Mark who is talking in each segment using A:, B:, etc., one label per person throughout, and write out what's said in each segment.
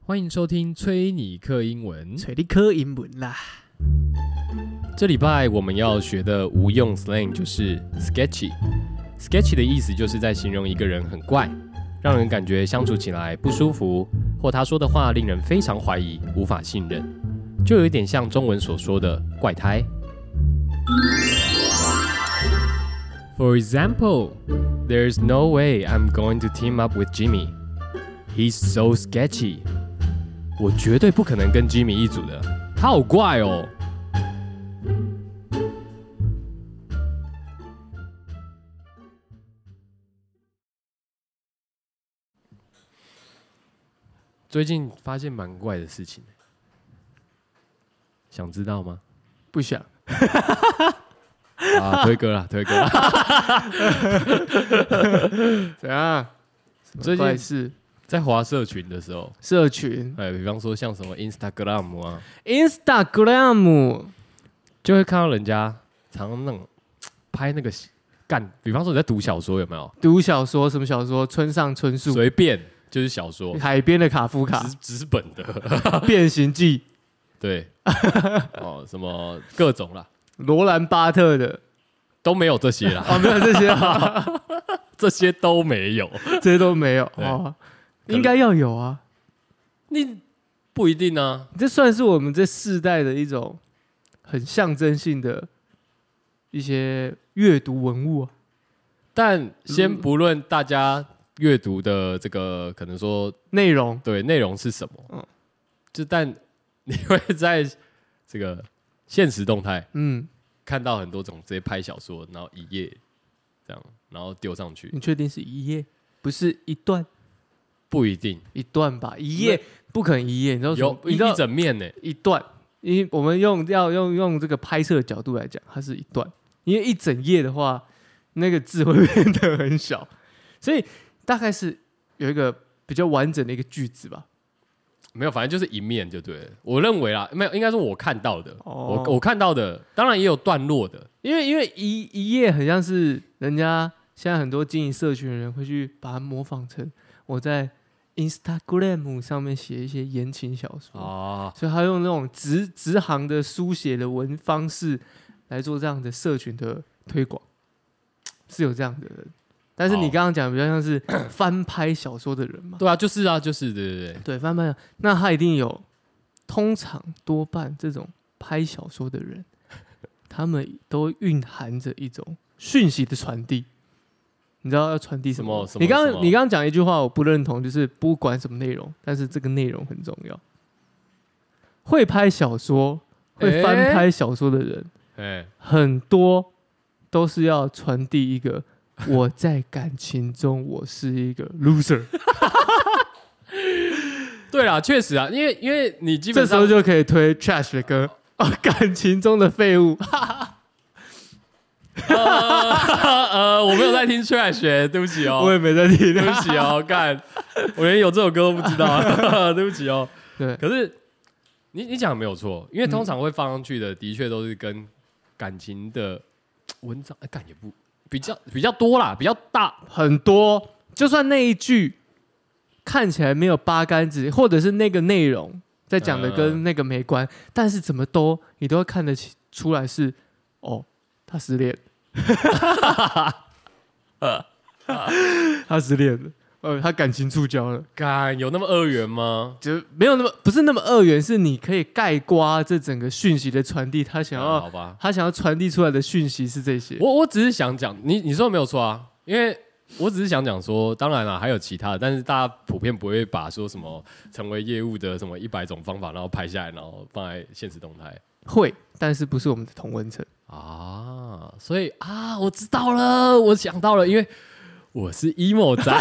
A: 欢迎收听崔尼克英文。
B: 找你考英文啦。
A: 这礼拜我们要学的无用 slang 就是 sketchy。sketchy 的意思就是在形容一个人很怪，让人感觉相处起来不舒服，或他说的话令人非常怀疑，无法信任，就有一点像中文所说的怪胎。For example, there's no way I'm going to team up with Jimmy. He's so sketchy. 我绝对不可能跟 Jimmy 一组的，他好怪哦。最近发现蛮怪的事情，欸想知道吗？
B: 不想，
A: 啊，推歌啦，推歌啦。
B: 怎样？
A: 最
B: 怪
A: 近
B: 事，
A: 在华社群的时候，
B: 社群
A: 哎，比方说像什么 Instagram 啊，
B: Instagram
A: 就会看到人家常常那种拍那个干，比方说你在读小说有没有？
B: 读小说，什么小说？村上春树，
A: 随便就是小 说，
B: 海边的卡 夫卡
A: 纸，纸本的，
B: 变形记，
A: 对，哦，什么各种啦，
B: 罗兰巴特的，
A: 都没有这些啦，
B: 哦，没有这些啊，
A: 这些都没有，
B: 这些都没有
A: 对
B: 哦，
A: 能
B: 应该要有啊。
A: 你不一定啊，
B: 这算是我们这世代的一种很象征性的一些阅读文物啊。
A: 但先不论大家阅读的这个可能说
B: 内容
A: 对内容是什么，
B: 嗯
A: 就但你会在这个现实动态
B: 嗯，
A: 看到很多种直接拍小说，然后一页这样，然后丢上去，
B: 你确定是一页，不是一段？
A: 不一定
B: 一段吧，一页不可能一页，你知道什么
A: 有？一
B: 你知道
A: 一整面呢、
B: 一段，因为我们用要用用这个拍摄的角度来讲，它是一段，因为一整页的话，那个字会变得很小，所以大概是有一个比较完整的一个句子吧。
A: 没有，反正就是一面就对了。我认为啦，没有，应该是我看到的，
B: 哦
A: 我我看到的，当然也有段落的，
B: 因为因为一一页很像是人家现在很多经营社群的人会去把它模仿成我在 Instagram 上面写一些言情小说，
A: 啊，
B: 所以他用那种直直行的书写的文方式来做这样的社群的推广，是有这样的人。但是你
A: 好
B: 刚刚讲比较像是翻拍小说的人嘛？
A: 对啊，就是啊，就是对对对，
B: 对，翻拍，那他一定有，通常多半这种拍小说的人，他们都蕴含着一种讯息的传递。你知道要传递什么吗？
A: 什么什么
B: 你刚
A: 什么
B: 刚你刚刚讲一句话，我不认同，就是不管什么内容，但是这个内容很重要。会拍小说、会翻拍小说的人，
A: 哎，
B: 很多都是要传递一个我在感情中我是一个 loser，
A: 对啦，确实啊，因为因为你基
B: 这
A: 本
B: 时候
A: 上
B: 就可以推 trash 的歌。哦，感情中的废物，
A: 呃，我没有在听 trash，对不起哦，
B: 我也没在听。
A: 对不起哦，干，我连有这首歌都不知道， 对不起哦。
B: 对，
A: 可是你你讲得没有错，因为通常会放上去的，的确都是跟感情的文章，哎、干也不比较比较多啦，比较大
B: 很多，就算那一句看起来没有八竿子，或者是那个内容在讲的
A: 嗯
B: 跟那个没关，但是怎么都你都会看得起出来是，哦，他失 恋，他失恋了，呃，他感情触礁了。
A: 干，有那么二元吗？
B: 就没有那么不是那么二元，是你可以盖刮这整个讯息的传递。他想
A: 啊
B: 要、
A: 好吧，
B: 他想要传递出来的讯息是这些。
A: 我我只是想讲，你你说的没有错啊，因为。我只是想讲说，当然啦，还有其他的，但是大家普遍不会把说什么成为业务的什么一百种方法，然后拍下来，然后放在现实动态
B: 会，但是不是我们的同文层。
A: 啊。所以啊，我知道了，我想到了，因为我是 emo 仔，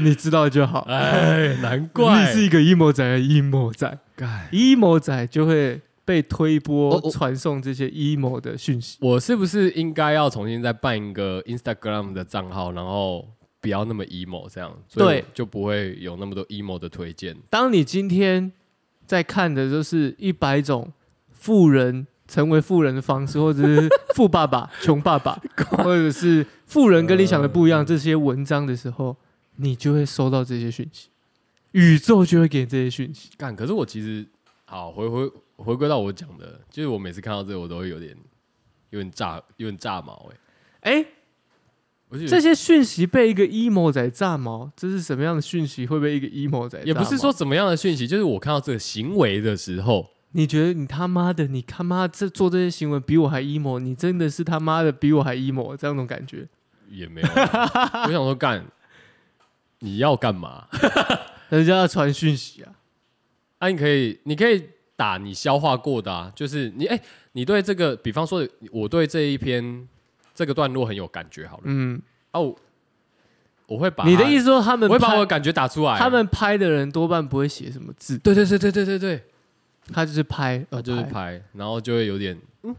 B: 你知道就好。
A: 哎，难
B: 你
A: 怪
B: 是一个 emo 仔的 emo 仔
A: 干
B: ，emo 仔就会被推
A: 哦我
B: 波传送这些 emo 的讯息。
A: 我是不是应该要重新再办一个 Instagram 的账号，然后不要那么 emo 这样，所以
B: 对
A: 就不会有那么多 emo 的推荐。
B: 当你今天在看的就是一百种富人成为富人的方式，或者是富爸爸、 穷爸爸，或者是嗯富人跟你想的不一样这些文章的时候，你就会收到这些讯息。宇宙就会给你这些讯息。
A: 干，可是我其实好回回回归到我讲的，就是我每次看到这个，我都会有点有点炸，有点炸毛哎、
B: 哎、
A: 我就觉
B: 这
A: 得
B: 些讯息被一个 emo 仔炸毛，这是什么样的讯息？会被一个 emo 仔炸毛？
A: 也不是说怎么样的讯息，就是我看到这个行为的时候，
B: 你觉得你他妈的，你他妈这做这些行为比我还 emo，你真的是他妈的比我还 emo 这样种感觉。
A: 也没有啊，我想说干，你要干嘛？
B: 人家要传讯息啊，
A: 啊，你可以，你可以打你消化过的啊，就是你哎、你对这个，比方说，我对这一篇这个段落很有感觉，好了，
B: 嗯，
A: 哦、我我会把
B: 你的意
A: 思，
B: 思说他
A: 我
B: 们
A: 会把
B: 拍
A: 我的感觉打出来啊、
B: 他们拍的人多半不会写什么字，
A: 对对对对对对对，
B: 他就是拍，
A: 啊，
B: 呃，
A: 就是
B: 拍，
A: 拍，然后就会有点嗯，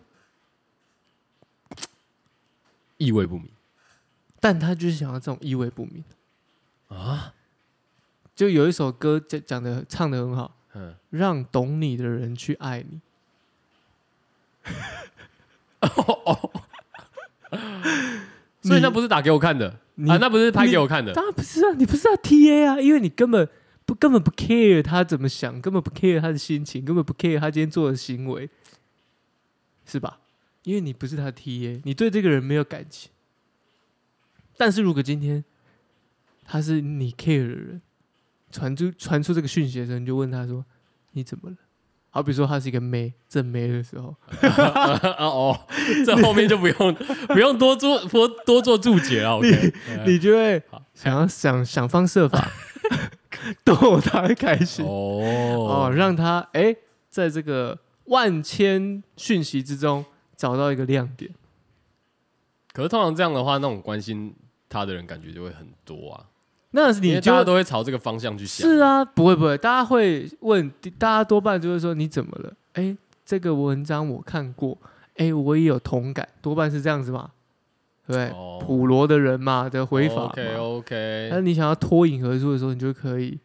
A: 意味不明
B: 但他就是想要这种意味不明。
A: 啊，
B: 就有一首歌讲讲的唱的很好，
A: 嗯，
B: 让懂你的人去爱你。
A: 所以那
B: 你
A: 不是打给我看的
B: 你
A: 啊，那不是拍给我看的，
B: 当然不是啊，你不是要 TA 啊，因为你根本不根本不 care 他怎么想，根本不 care 他的心情，根本不 care 他今天做的行为，是吧？因为你不是他的 TA，你对这个人没有感情。但是如果今天他是你 care 的人，传出传出这个讯息的时候，你就问他说：“你怎么了？”好比说他是一个妹正妹的时候，
A: 啊啊哦，这后面就不用 不用多做多多做注解了，OK，哎哦
B: 你就会
A: 好
B: 想要想想方 设法逗他开
A: 嗯
B: 心。
A: 哦
B: 哦，让他哎、在这个万千讯息之中找到一个亮点。
A: 可是通常这样的话，那种关心他的人感觉就会很多啊，
B: 那是
A: 因
B: 你
A: 为
B: 就
A: 大家都会朝这个方向去想。
B: 是啊，不会不会，大家会问，大家多半就会说你怎么了？哎、这个文章我看过，哎、我也有同感，多半是这样子嘛，对不对？
A: 哦
B: 普罗的人嘛的回法嘛。
A: OK
B: 那
A: OK，
B: 你想要脱颖而出的时候，你就可以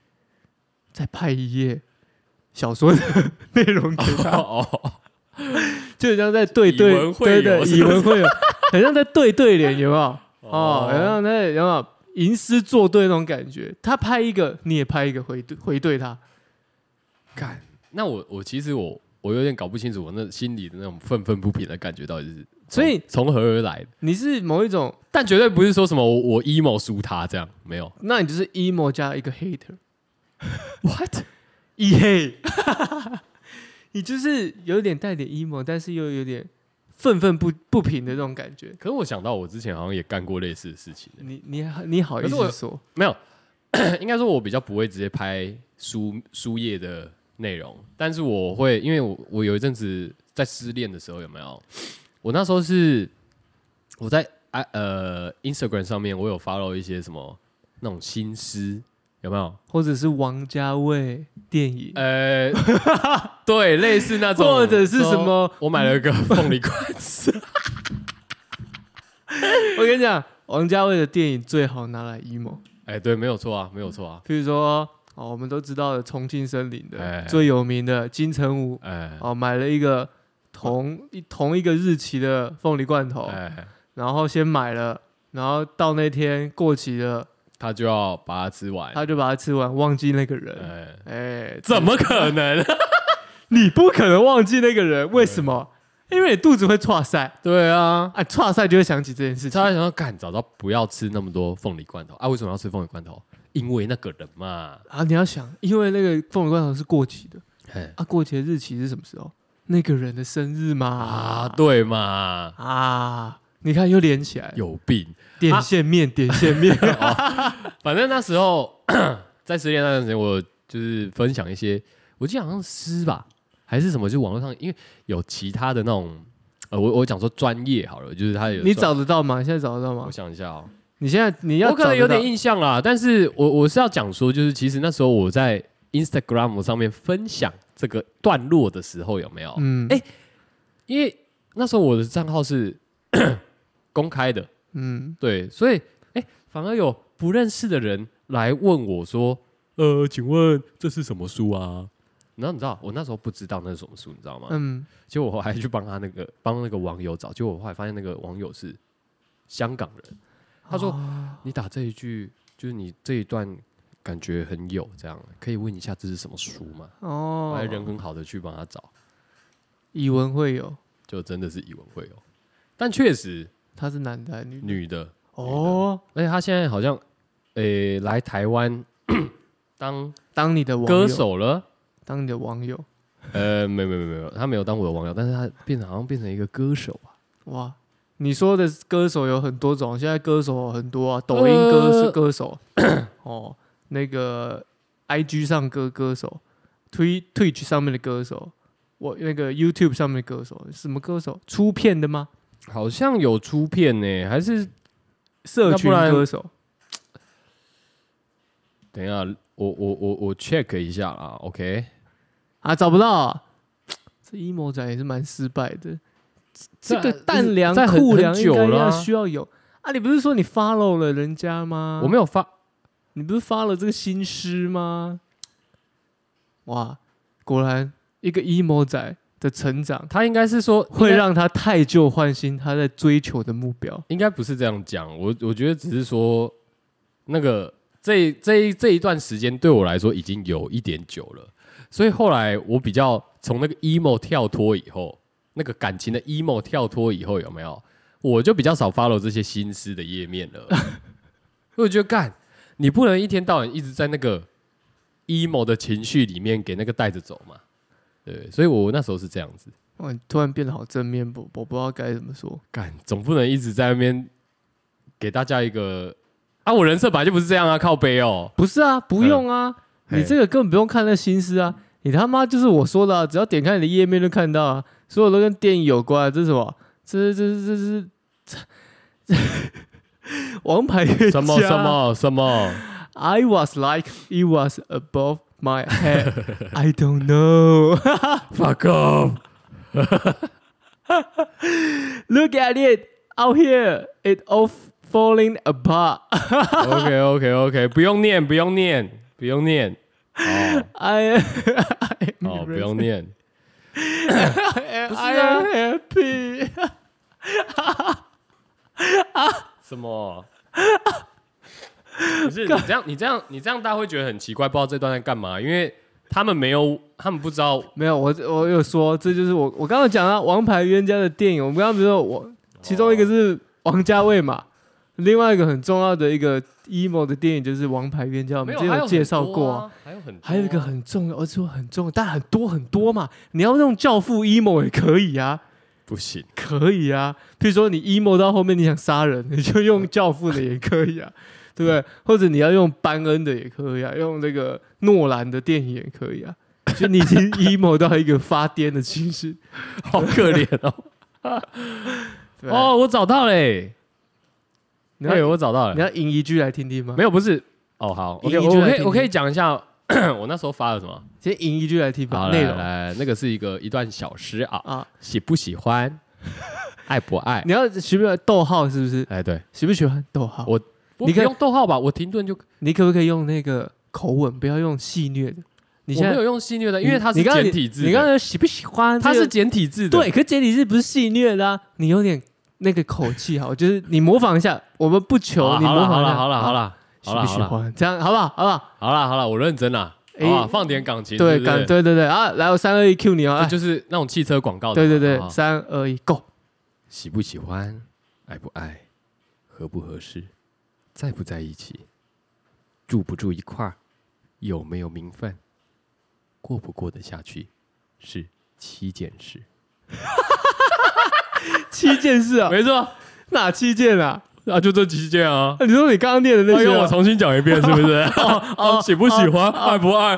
B: 再拍一页小说的 内容给他。
A: 哦哦，
B: 就很像在对对
A: 以文会
B: 对
A: 友
B: 对，
A: 是不
B: 以文 会友，很像在对对联，有没有？哦
A: 哦，
B: 很像在有没有吟诗作对那种感觉？他拍一个，你也拍一个回对回对他，
A: 干，那我我其实我我有点搞不清楚我那心里的那种愤愤不平的感觉到底是从，
B: 所以
A: 从何而来的？
B: 你是某一种，
A: 但绝对不是说什么我我 emo 输他这样，没有。
B: 那你就是 emo 加一 个 hater。What？一黑， 你就是有点带点 emo，但是又有点愤愤不不平的这种感觉。
A: 可是我想到我之前好像也干过类似的事情，
B: 你你你好意
A: 可是我
B: 思说？
A: 没有， 应该说我比较不会直接拍书书页的内容，但是我会，因为我我有一阵子在失恋的时候有没有？我那时候是我在啊呃 Instagram 上面，我有 follow 一些什么那种新诗，有没有？
B: 或者是王家卫电影，
A: 呃， 对，类似那种，
B: 或者是什么？
A: 我买了个凤梨罐子，
B: 我跟你讲，王家卫的电影最好拿来 emo，
A: 哎，对，没有错啊，没
B: 嗯
A: 有错啊，
B: 比如说哦，我们都知道的重庆森林的、
A: 哎
B: 最有名的金城武
A: 哎
B: 哦，买了一个同一同一个日期的凤梨罐头，
A: 哎，
B: 然后先买了，然后到那天过期了，
A: 他就要把它吃完，
B: 他就把它吃完，忘记那个人。
A: 哎，
B: 哎，
A: 怎么可能？
B: 你不可能忘记那个人？为什么？因为你肚子会岔塞，
A: 对啊，
B: 啊，岔塞就会想起这件事情。
A: 他想要干，早知道不要吃那么多凤梨罐头啊！为什么要吃凤梨罐头？因为那个人嘛，
B: 啊，你要想，因为那个凤梨罐头是过期的，
A: 哎
B: 啊，过期的日期是什么时候？那个人的生日嘛。
A: 啊，对嘛，
B: 啊，你看又连起来，
A: 有啊病。
B: 点线面，点线面。
A: 反正那时候 在失恋那段时间，我就是分享一些，我记得好像是诗吧，还是什么，就网络上因为有其他的那种，呃，我我讲说专业好了，就是他 有
B: 你
A: 专，
B: 找得到吗？你现在找得到吗
A: 我？想一下哦、
B: 你现在你要
A: 我可能
B: 找
A: 有
B: 得到
A: 点印象啦，但是我我是要讲说，就是其实那时候我在 Instagram 上面分享这个段落的时候，有没有？
B: 嗯，
A: 哎因为那时候我的账号是 公开的，
B: 嗯，
A: 对，所以哎，反而有不认识的人来问我说：“呃，请问这是什么书啊？”然后你知道，我那时候不知道那是什么书，你知道吗？
B: 嗯，
A: 结果我还去帮他那个帮那个网友找，结果我后来发现那个网友是香港人，他说：“
B: 哦
A: 你打这一句，就是你这一段感觉很有这样。可以问一下这是什么书吗？我
B: 哦
A: 还，人很好的去帮他找，
B: 以文会友，
A: 就真的是以文会友。但确实
B: 他是男的还是女的？
A: 女的，
B: 哦，
A: 而且她现在好像诶、来台湾当
B: 当你的网友
A: 歌，手了。
B: 当你的网友，
A: 呃，没有没有没有没有，她没有当我的网友，但是她变成好像变成一个歌手啊。
B: 哇！你说的歌手有很多种，现在歌手很多啊，抖音歌是
A: 呃
B: 歌手， 哦，那个 I G 上歌歌手，Twi-，Twitch 上面的歌手，我那个 YouTube 上面的歌手，什么歌手？出片的吗？
A: 好像有出片呢、还是
B: 社群
A: 那不然
B: 歌手
A: 等一下，我我我我 check 一下啦，OK？
B: 啊，找不到、啊，这 emo 仔也是蛮失败的。这个
A: 在
B: 蛋粮
A: 在很
B: 库粮
A: 很
B: 应
A: 久
B: 该
A: 了
B: 要
A: 啊
B: 需要有啊！你不是说你 follow 了人家吗？
A: 我没有发，
B: 你不是发了这个新诗吗？哇，果然一个 emo 仔的成长
A: 他应该是说
B: 会
A: 应该
B: 让他太旧换新，他在追求的目标。
A: 应该不是这样讲，我我觉得只是说那个这这这一段时间对我来说已经有一点久了，所以后来我比较从那个 emo 跳脱以后，那个感情的 emo 跳脱以后有没有？我就比较少 follow 这些新思的页面了， 因为我觉得干，你不能一天到晚一直在那个 emo 的情绪里面给那个带着走嘛，对，所以我那时候是这样子。
B: 哇，你突然变得好正面，我我不知道该怎么说。
A: 干，总不能一直在那边给大家一个啊，我人设本来就不是这样啊，靠背哦。
B: 不是啊，不用啊，
A: 嗯
B: 你这个根本不用看那新诗啊，你他妈就是我说的、啊，只要点开你的页面就看到啊，所有都跟电影有关、啊，这是什么？这这这这是这王牌乐
A: 什么
B: 家
A: 什么什 么？
B: I was like it was above my head. I don't know.
A: Fuck off！
B: Look at it out here. It all falling apart.
A: OK OK OK，不用念，不用念，不用念。 哦
B: I
A: 哦，不用念。
B: I am happy.
A: 什么？ 不是你这样，你这样，你这样，大家会觉得很奇怪，不知道这段在干嘛，因为他们没有，他们不知道。
B: 没有，我我有说，这就是我我刚刚讲了《王牌冤家》的电影。我们刚刚不是说我其中一个是王家卫嘛，另外一个很重要的一个 emo 的电影就是《王牌冤家》，我
A: 没有
B: 们之前
A: 还
B: 有
A: 有
B: 介绍
A: 很多
B: 过啊
A: 啊，还有很多啊
B: 还有一个很重要，而且说很重要，但很多很多嘛。你要用教父 emo 也可以啊，
A: 不行，
B: 可以啊。譬如说你 emo 到后面你想杀人， 你就 用教父的也可以啊，对不对？或者你要用班恩的也可以啊，用那个诺兰的电影也可以啊。就你已 经 emo 到一个发癫的情绪，
A: 好可怜哦。
B: 对吧，
A: 哦，我找到嘞，
B: 你
A: 对，
B: 要
A: 我找到了
B: 你。要吟一句来听听吗
A: 没？有，不是哦，好
B: 一
A: ，OK，
B: 一
A: 我
B: 就
A: 我
B: 来
A: 可以
B: 听
A: 我可以
B: 听
A: 讲一下我那时候发了什么？
B: 先吟一句来听吧，
A: 好，
B: 内
A: 来
B: 容
A: 来，那个是一个一段小诗啊，
B: 啊，
A: 喜不喜 欢，爱不爱？
B: 你要喜不喜欢逗号？是不是
A: 哎，对，
B: 喜不喜欢逗号？
A: 我我
B: 你
A: 可
B: 可
A: 以
B: 以
A: 用逗号吧，我停顿就，
B: 你可不可以用那个口吻，不要用戏谑的？你
A: 我
B: 现
A: 没
B: 在
A: 有用戏谑的，因为它是
B: 你刚才
A: 简体字的，
B: 你刚才喜不喜欢这
A: 它
B: 个？
A: 是简体字的，
B: 对，可简体字不是戏谑的啊，你有点那个口气哈，就是你模仿一下，我们不求
A: 好，
B: 你
A: 啊好
B: 模
A: 了，
B: 仿
A: 好
B: 一下啊
A: 了，好了，好，了，好
B: 喜
A: 了，
B: 不
A: 好
B: 喜
A: 了，
B: 欢？这样好不好？好不好？
A: 好了，好了，我认真了，好吧，
B: 哎
A: 放点感情，
B: 对，
A: 不
B: 感，对对对啊，来我三二一 Q 你啊
A: 这，就是那种汽车广告
B: 哎
A: 的嘛，
B: 对对
A: 好
B: 对，
A: 不好
B: 三二一 Go，
A: 喜不喜欢，爱不爱，合不合适，在不在一起，住不住一块儿，有没有名分，过不过得下去，是七件事。
B: 七件事啊，
A: 没错，
B: 哪七件啊？
A: 啊，就这七件啊。
B: 啊你说你刚刚念的那
A: 哎
B: 些
A: 呦，
B: 啊
A: 我重新讲一 遍，是不是？啊，喜不喜欢，爱不爱，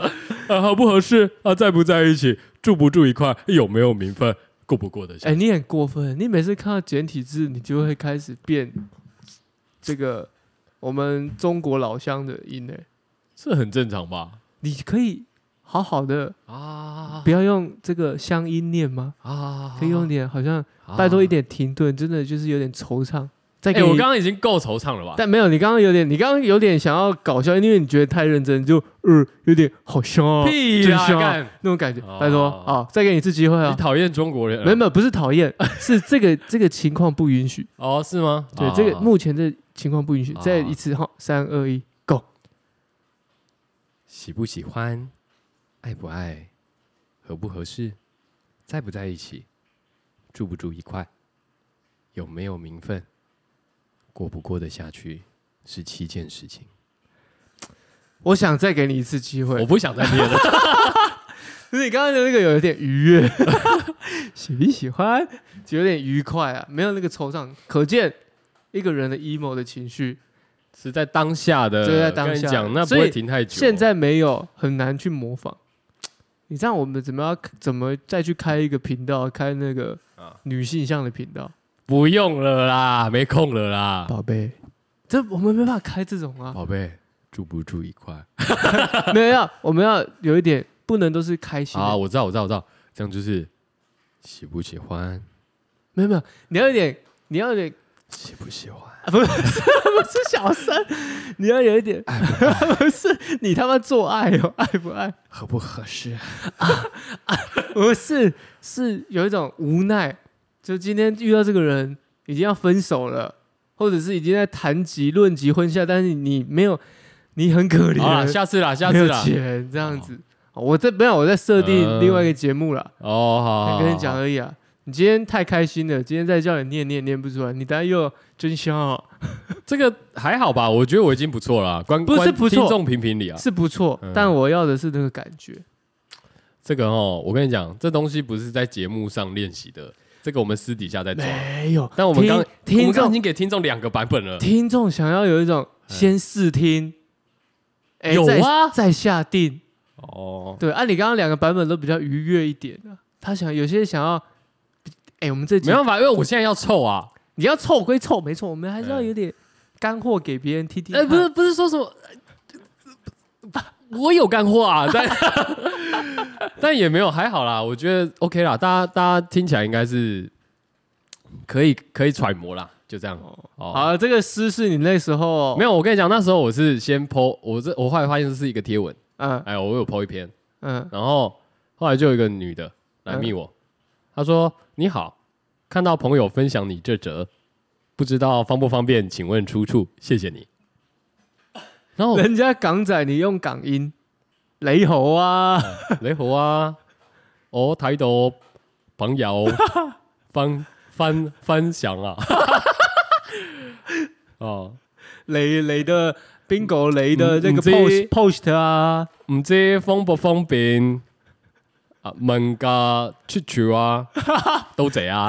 A: 啊，合不合适，啊，在不在一起，住不住一块儿，有没有名分，过不过得下
B: 哎，
A: 去。
B: 你很过分，你每次看到简体字，你就会开始变这个我们中国老乡的音呢。
A: 这很正常吧？
B: 你可以好好的，
A: 啊
B: 不要用这个乡音念吗？
A: 啊
B: 可以用点好像拜
A: 拜
B: 托
A: 托
B: 一
A: 一点。
B: 点停顿，真的就是有点惆怅。再
A: 哎、
B: 给你
A: 我刚刚已经够惆怅了吧？
B: 但没有，你刚刚有点，你刚刚有点想要搞笑，因为你觉得太认真，就呃有点好凶哦，
A: 屁
B: 真
A: 啦
B: 凶啊
A: 干
B: 那种感觉
A: 哦。
B: 拜托啊，再给你一次机会
A: 你
B: 啊！
A: 讨厌中国人？
B: 没有没有，不是讨厌， 是这个这个情况不允 许。
A: 哦，是吗？
B: 对
A: 啊，
B: 这个目前的情况不允许。
A: 啊
B: 再一次哈，三二一，Go！
A: 喜不喜欢，爱不爱，合不合适，在不在一起，住不住一块，有没有名分，过不过得下去，是七件事情。
B: 我想再给你一次机会
A: 我，不想再念 了，
B: 就是你刚刚的那个有一点愉悦， 喜不喜欢，有点愉快啊，没有那个惆怅，可见一个人的 emo 的情绪，
A: 是在当下的，
B: 就在当下
A: 跟你讲那不
B: 所以
A: 会停太久。
B: 现在没有很难去模仿。你这样，我们怎么要怎么再去开一个频道，开那个
A: 啊
B: 女性向的频道？
A: 不用了啦，没空了啦，
B: 宝贝，啊这我们没办法开这种啊，
A: 宝贝，住不住一块？
B: 没有要，我们要有一点，不能都是开心的
A: 啊，我知道，我知道，我知道，这样就是喜不喜欢，
B: 没有没有，你要有点，你要有点，啊
A: 喜不喜欢，
B: 不是小三，你要有一点， 不是你他妈做爱哦，爱不爱？
A: 合不合适？
B: 不是，是有一种无奈，就今天遇到这个人已经要分手了，或者是已经在谈及论及婚下，但是你没有，你很可
A: 好 啦，
B: 怜，
A: 下次啦，下
B: 没
A: 次
B: 有
A: 啦。
B: 钱这样子。哦我这没有，我在设定
A: 嗯
B: 另外一个节目了，
A: 哦，好好，好
B: 跟你讲，而已啊。你今天太开心了，今天再叫你念念念不出来，你等下又真香哦。
A: 这个还好吧？我觉得我已经不错了啊，观
B: 不是
A: 观
B: 不错
A: 听众评评理啊。
B: 是不错，
A: 嗯
B: 但我要的是那个感觉。
A: 这个哦，我跟你讲，这东西不是在节目上练习的，这个我们私底下在做。
B: 没有，
A: 但我们
B: 听
A: 刚我
B: 听
A: 们刚已
B: 众
A: 经给听众两个版本了，
B: 听众想要有一种先试听，哎
A: 嗯有啊
B: 再再下定。
A: 哦，
B: 对，按、你刚刚两个版本都比较愉悦一点啊。他想有些想要，哎、我们这集
A: 没办法，因为我现在要凑啊。
B: 你要凑归凑，没错，我们还是要
A: 嗯
B: 有点干货给别人听听。
A: 哎、不是，不是说什么，呃 我有干货啊，但但也没有还好啦，我觉得 OK 啦，大家大家听起来应该是可以可以揣摩啦，就这样哦。
B: 好，这个诗是你那时候
A: 没
B: 有，
A: 有，我跟你讲，那时候我是先 PO，我这我后来发现这是一个贴文，
B: 嗯
A: 哎，我有 PO 一篇，
B: 嗯，
A: 然后后来就有一个女的来密我，她说：“你好，看到朋友分享你这则，不知道方不方便，请问出处，谢谢你。”然后我
B: 人家港仔你用港音，雷猴啊，
A: 你好啊，我睇到朋 友分分分享啊，哦，
B: 雷雷的 bingo 雷的
A: 嗯
B: 那
A: 嗯
B: 个
A: 这
B: post post 啊，
A: 唔知方不方便啊？问价出处 啊，都姐啊，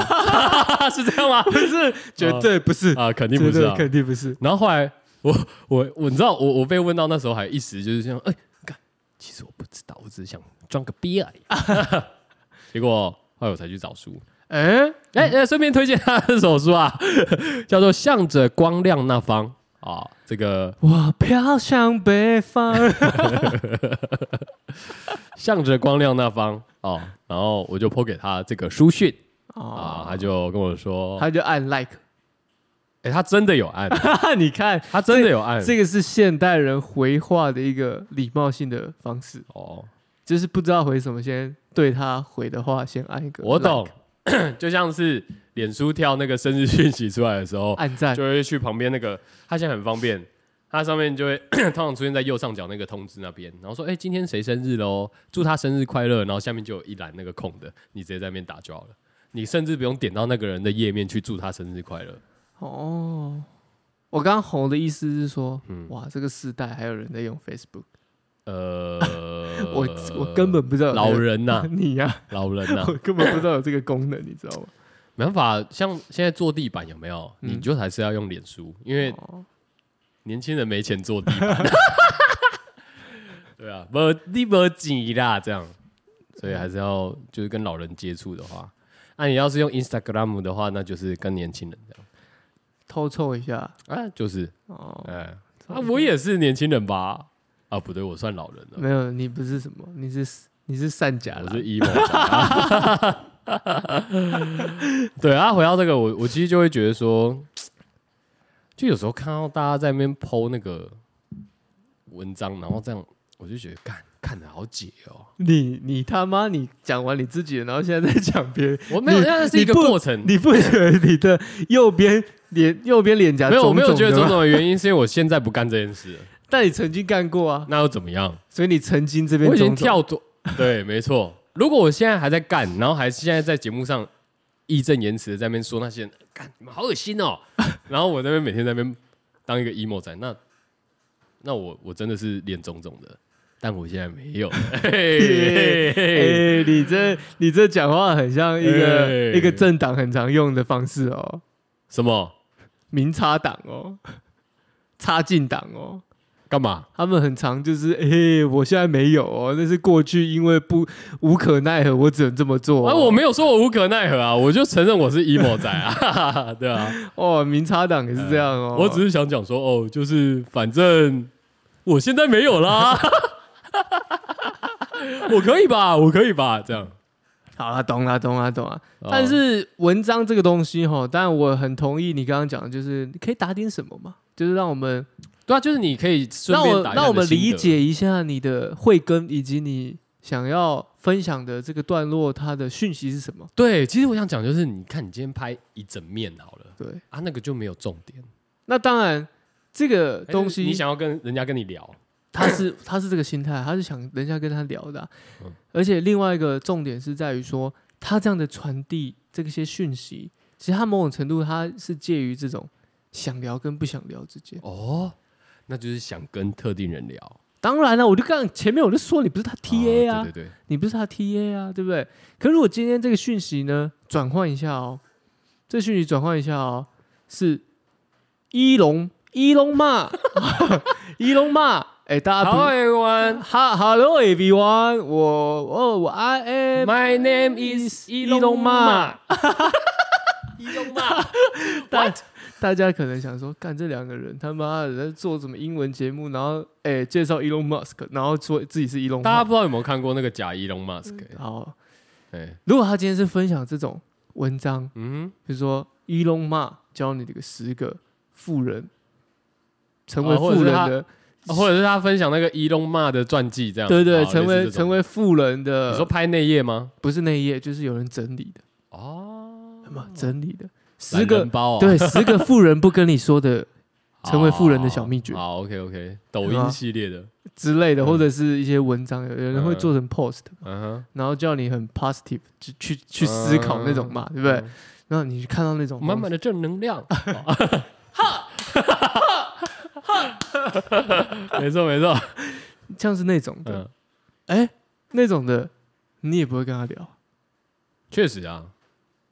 A: 是这样吗？
B: 不是，绝对哦不是，
A: 啊，肯定
B: 绝
A: 不是
B: 对
A: 啊。
B: 肯定不是。
A: 然后后来我我我你知道我我被问到那时候还一时就是这样，哎、干，其实我不知道，我只是想装个逼 而已。 结果后来我才去找书，
B: 哎，
A: 哎、哎，顺、便推荐他的手书啊， 叫做《向着光亮那方》啊、这个
B: 我飘向北 方，
A: 向着光亮那方哦，然后我就抛给他这个书讯啊，
B: 哦，
A: 他就跟我说，哎、
B: 他就按 like。
A: 他真的有按，
B: 你看，
A: 他真的有按
B: 这个是现代人回话的一个礼貌性的方式，
A: 哦，
B: 就是不知道回什么，先对他回的话先按一个 like，
A: 我懂， 就像是脸书跳那个生日讯息出来的时候，
B: 按赞
A: 就会去旁边那个，它现在很方便，它上面就会 通常出现在右上角那个通知那边，然后说，哎、今天谁生日喽？祝他生日快乐。然后下面就有一栏那个空的，你直接在那边打就好了。你甚至不用点到那个人的页面去祝他生日快乐。
B: 哦。我刚刚吼的意思是说，
A: 嗯
B: 哇，这个时代还有人在用 Facebook，，
A: 呃
B: 我我根本不知道有
A: 老人啊呐、
B: 你呀，
A: 老人呐、
B: 我根本不知道有这个功能，你知道吗？
A: 没办法，像现在坐地板有没有？
B: 嗯
A: 你就还是要用脸书，因为
B: 哦
A: 年轻人没钱坐地板。 对啊，没你没钱啦，这样，所以还是要就是跟老人接触的话，那、你要是用 Instagram 的话，那就是跟年轻人这样
B: 偷凑一下
A: 啊，就是
B: 哦，
A: 哎，那、我也是年轻人吧？啊，不对，我算老人了，
B: 没有，你不是什么，你是你是善假
A: 我
B: 啦
A: 是 emo 长大。对啊， 回到这个，我我其实就会觉得说，就有时候看到大家在那边剖那个文章，然后这样，我就觉得干看的好解哦、
B: 你你他妈你讲完你自己的，然后现在在讲别人，
A: 我没有，
B: 你
A: 那是一个
B: 你不
A: 过 程。
B: 你不觉得你的右边脸右边脸颊
A: 没有，我没有
B: 肿肿
A: 觉得
B: 的
A: 种
B: 吗
A: 种的原因，是因为我现在不干这件事了。
B: 但你曾经干过啊，
A: 那又怎么样？
B: 所以你曾经这边
A: 我已经
B: 种种
A: 跳脱，对，没错。如果我现在还在干，然后还是现在在节目上义正言辞的在那边说那些人干，你们好恶心哦，然后我在那边每天在那边当一个 emo 仔，那那我我真的是脸肿肿的，但我现在没有。嘿嘿
B: 哎、
A: 嘿
B: 你这你这讲话很像一个、
A: 哎
B: 一个政党很常用的方式哦，
A: 什么？
B: 民插党哦，插进党哦，
A: 干嘛？
B: 他们很常就是哎、我现在没有哦，那是过去因为不无可奈何，我只能这么做、
A: 啊，
B: 哦。
A: 我没有说我无可奈何啊，我就承认我是 emo 仔啊，哈哈哈对啊。
B: 哦，民插党也是这样哦，
A: 我只是想讲说，哦，就是反正我现在没有啦， 我可以吧，我可以吧，这样。
B: 好啦，懂啦，懂啦，懂啦。
A: 哦
B: 但是文章这个东西哈，当然我很同意你刚刚讲的，就是你可以打点什么嘛，就是让我们
A: 对啊，就是你可以顺
B: 让
A: 便
B: 我
A: 打一下
B: 让我们
A: 你的心
B: 理
A: 得，
B: 解一下你的慧根以及你想要分享的这个段落它的讯息是什么。
A: 对，其实我想讲就是，你看你今天拍一整面好了
B: 对，
A: 啊，那个就没有重点
B: 那当然这个东西
A: 哎你想要跟人家跟你聊，
B: 他是他是这个心态，他是想人家跟他聊的啊、
A: 嗯
B: 而且另外一个重点是在于说，他这样的传递这些讯息，其实他某种程度他是介于这种想聊跟不想聊之间。
A: 哦，那就是想跟特定人聊
B: 当然了、我就刚前面我就说你不是他 TA 啊，
A: 哦对对对，
B: 你不是他 TA 啊，对不对？可如果今天这个讯息呢转换一下哦，这讯息转换一下哦，是伊隆伊隆嘛， 伊隆嘛，哎、大家不
A: everyone,
B: 哈，Hello everyone，我哦，我 I am
A: my name is Elon
B: Ma
A: Ma。Elon Ma，
B: 大大家可能想说，干这两个人他妈的在做什么英文节目，然后哎、介绍 Elon Musk，然后说自己是 Elon，
A: 大家
B: Musk
A: 不知道有没有看过那个假 Elon Musk？
B: 好，
A: 哎，
B: 如果他今天是分享这种文章，
A: 嗯哼。
B: 比如说 Elon Musk 教你这个十个富人成为
A: 啊或
B: 富
A: 者是
B: 人
A: 他
B: 的，
A: 哦或者是他分享那个伊隆马的传记，这样
B: 对
A: 哦
B: 对，
A: 类似
B: 成为
A: 这种
B: 成为富人
A: 你说
B: 的，
A: 拍内页吗？
B: 不是那一页，就是有人整理的，
A: 哦，
B: 什么整理的十
A: 懒
B: 个
A: 人。包哦，
B: 对，十个富人不跟你 说的
A: 好，
B: 成为富人的小秘诀
A: 好，OK OK，抖
B: 是吗
A: 音系列的，
B: 之类的，
A: 哦嗯
B: 或者是一些文章，有人会
A: 嗯
B: 做成 post，
A: 嗯哼，
B: 然后叫你很 positive 去去去思考那种嘛，对不对？
A: 嗯？
B: 然后你去看到那种
A: 满满的正能量，哦没错没错，
B: 像是那种的，
A: 嗯，
B: 哎，那种的你也不会跟他聊，
A: 确实啊，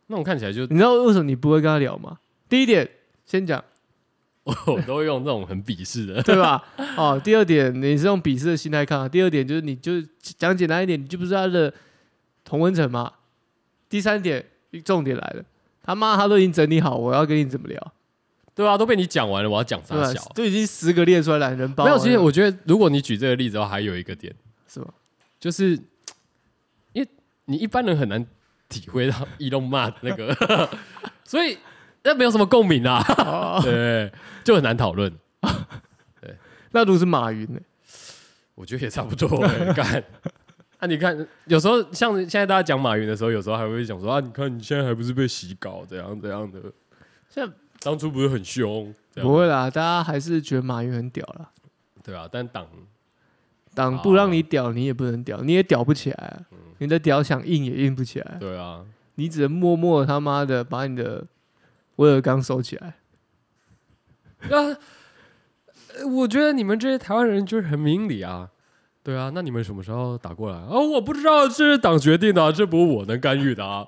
A: 那种看起来就
B: 你知道为什么你不会跟他聊吗？第一点，先讲
A: 我都会用这种很鄙视的，
B: 对吧？哦，第二点，你是用鄙视的心态看啊；第二点就是你就讲简单一点，你就不是他的同温层嘛。第三点，重点来了，他妈他都已经整理好，我要跟你怎么聊，
A: 对啊，都被你讲完了，我要讲啥
B: 对吧
A: 小？？
B: 都已经十个列出来懒人包
A: 没
B: 了，
A: 有，其实我觉得如果你举这个例子的话，还有一个点。
B: 是吧？
A: 就是因为你一般人很难体会到 伊隆骂的那个， 所以那没有什么共鸣啊，
B: 哦
A: 对，就很难讨论。
B: 那如果是马云呢？
A: 我觉得也差不 多、欸，干。啊，你看，有时候像现在大家讲马云的时候，有时候还会讲说啊，你看你现在还不是被洗稿，怎样怎样的，
B: 现在
A: 当初不是很凶，这样
B: 不会啦，大家还是觉得马云很屌啦。
A: 对啊，但党
B: 党
A: 哦
B: 不让你屌，你也不能屌，你也屌不起来啊、
A: 嗯
B: 你的屌想硬也硬不起来，
A: 对啊，
B: 你只能默默他妈的把你的威尔刚收起来。
A: 啊，呃我觉得你们这些台湾人就是很明理啊。对啊，那你们什么时候打过来？哦，我不知道，这是党决定的啊、这不是我能干预的啊。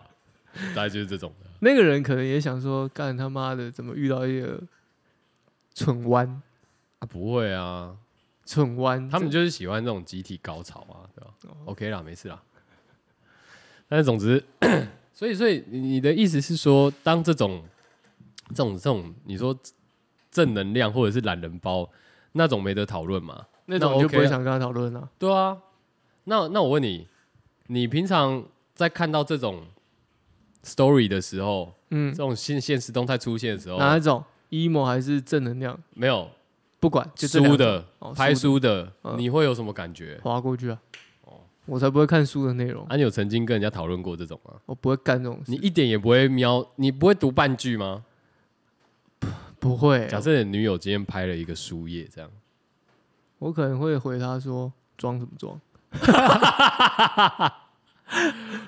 A: 大概就是这种的。
B: 那个人可能也想说，干他妈的怎么遇到一个蠢弯，
A: 啊，不会啊，
B: 蠢弯，
A: 他们就是喜欢这种集体高潮啊，对吧、o
B: 哦
A: k 啦，没事啦。但是总之， 所以所以你你的意思是说，当这种这种这种你说正能量或者是懒人包那种没得讨论嘛？
B: 那种就
A: OK
B: 不会
A: 啊
B: 想跟他讨论了。
A: 对啊，那那我问你，你平常在看到这种 story 的时候，
B: 嗯
A: 这，种现现实动态出现的时候，
B: 哪一种 emo 还是正能量？
A: 没有
B: 不管，就这两
A: 书
B: 种
A: 的
B: 哦
A: 拍书的，
B: 嗯
A: 你会有什么感觉？
B: 划过去啊。
A: 哦
B: 我才不会看书的内容，
A: 啊，你有曾经跟人家讨论过这种吗？
B: 我不会干这种事，
A: 你一点也不会瞄，你不会读半句吗？
B: 不会、
A: 假设你女友今天拍了一个书页，这样，
B: 我可能会回他说装什么装？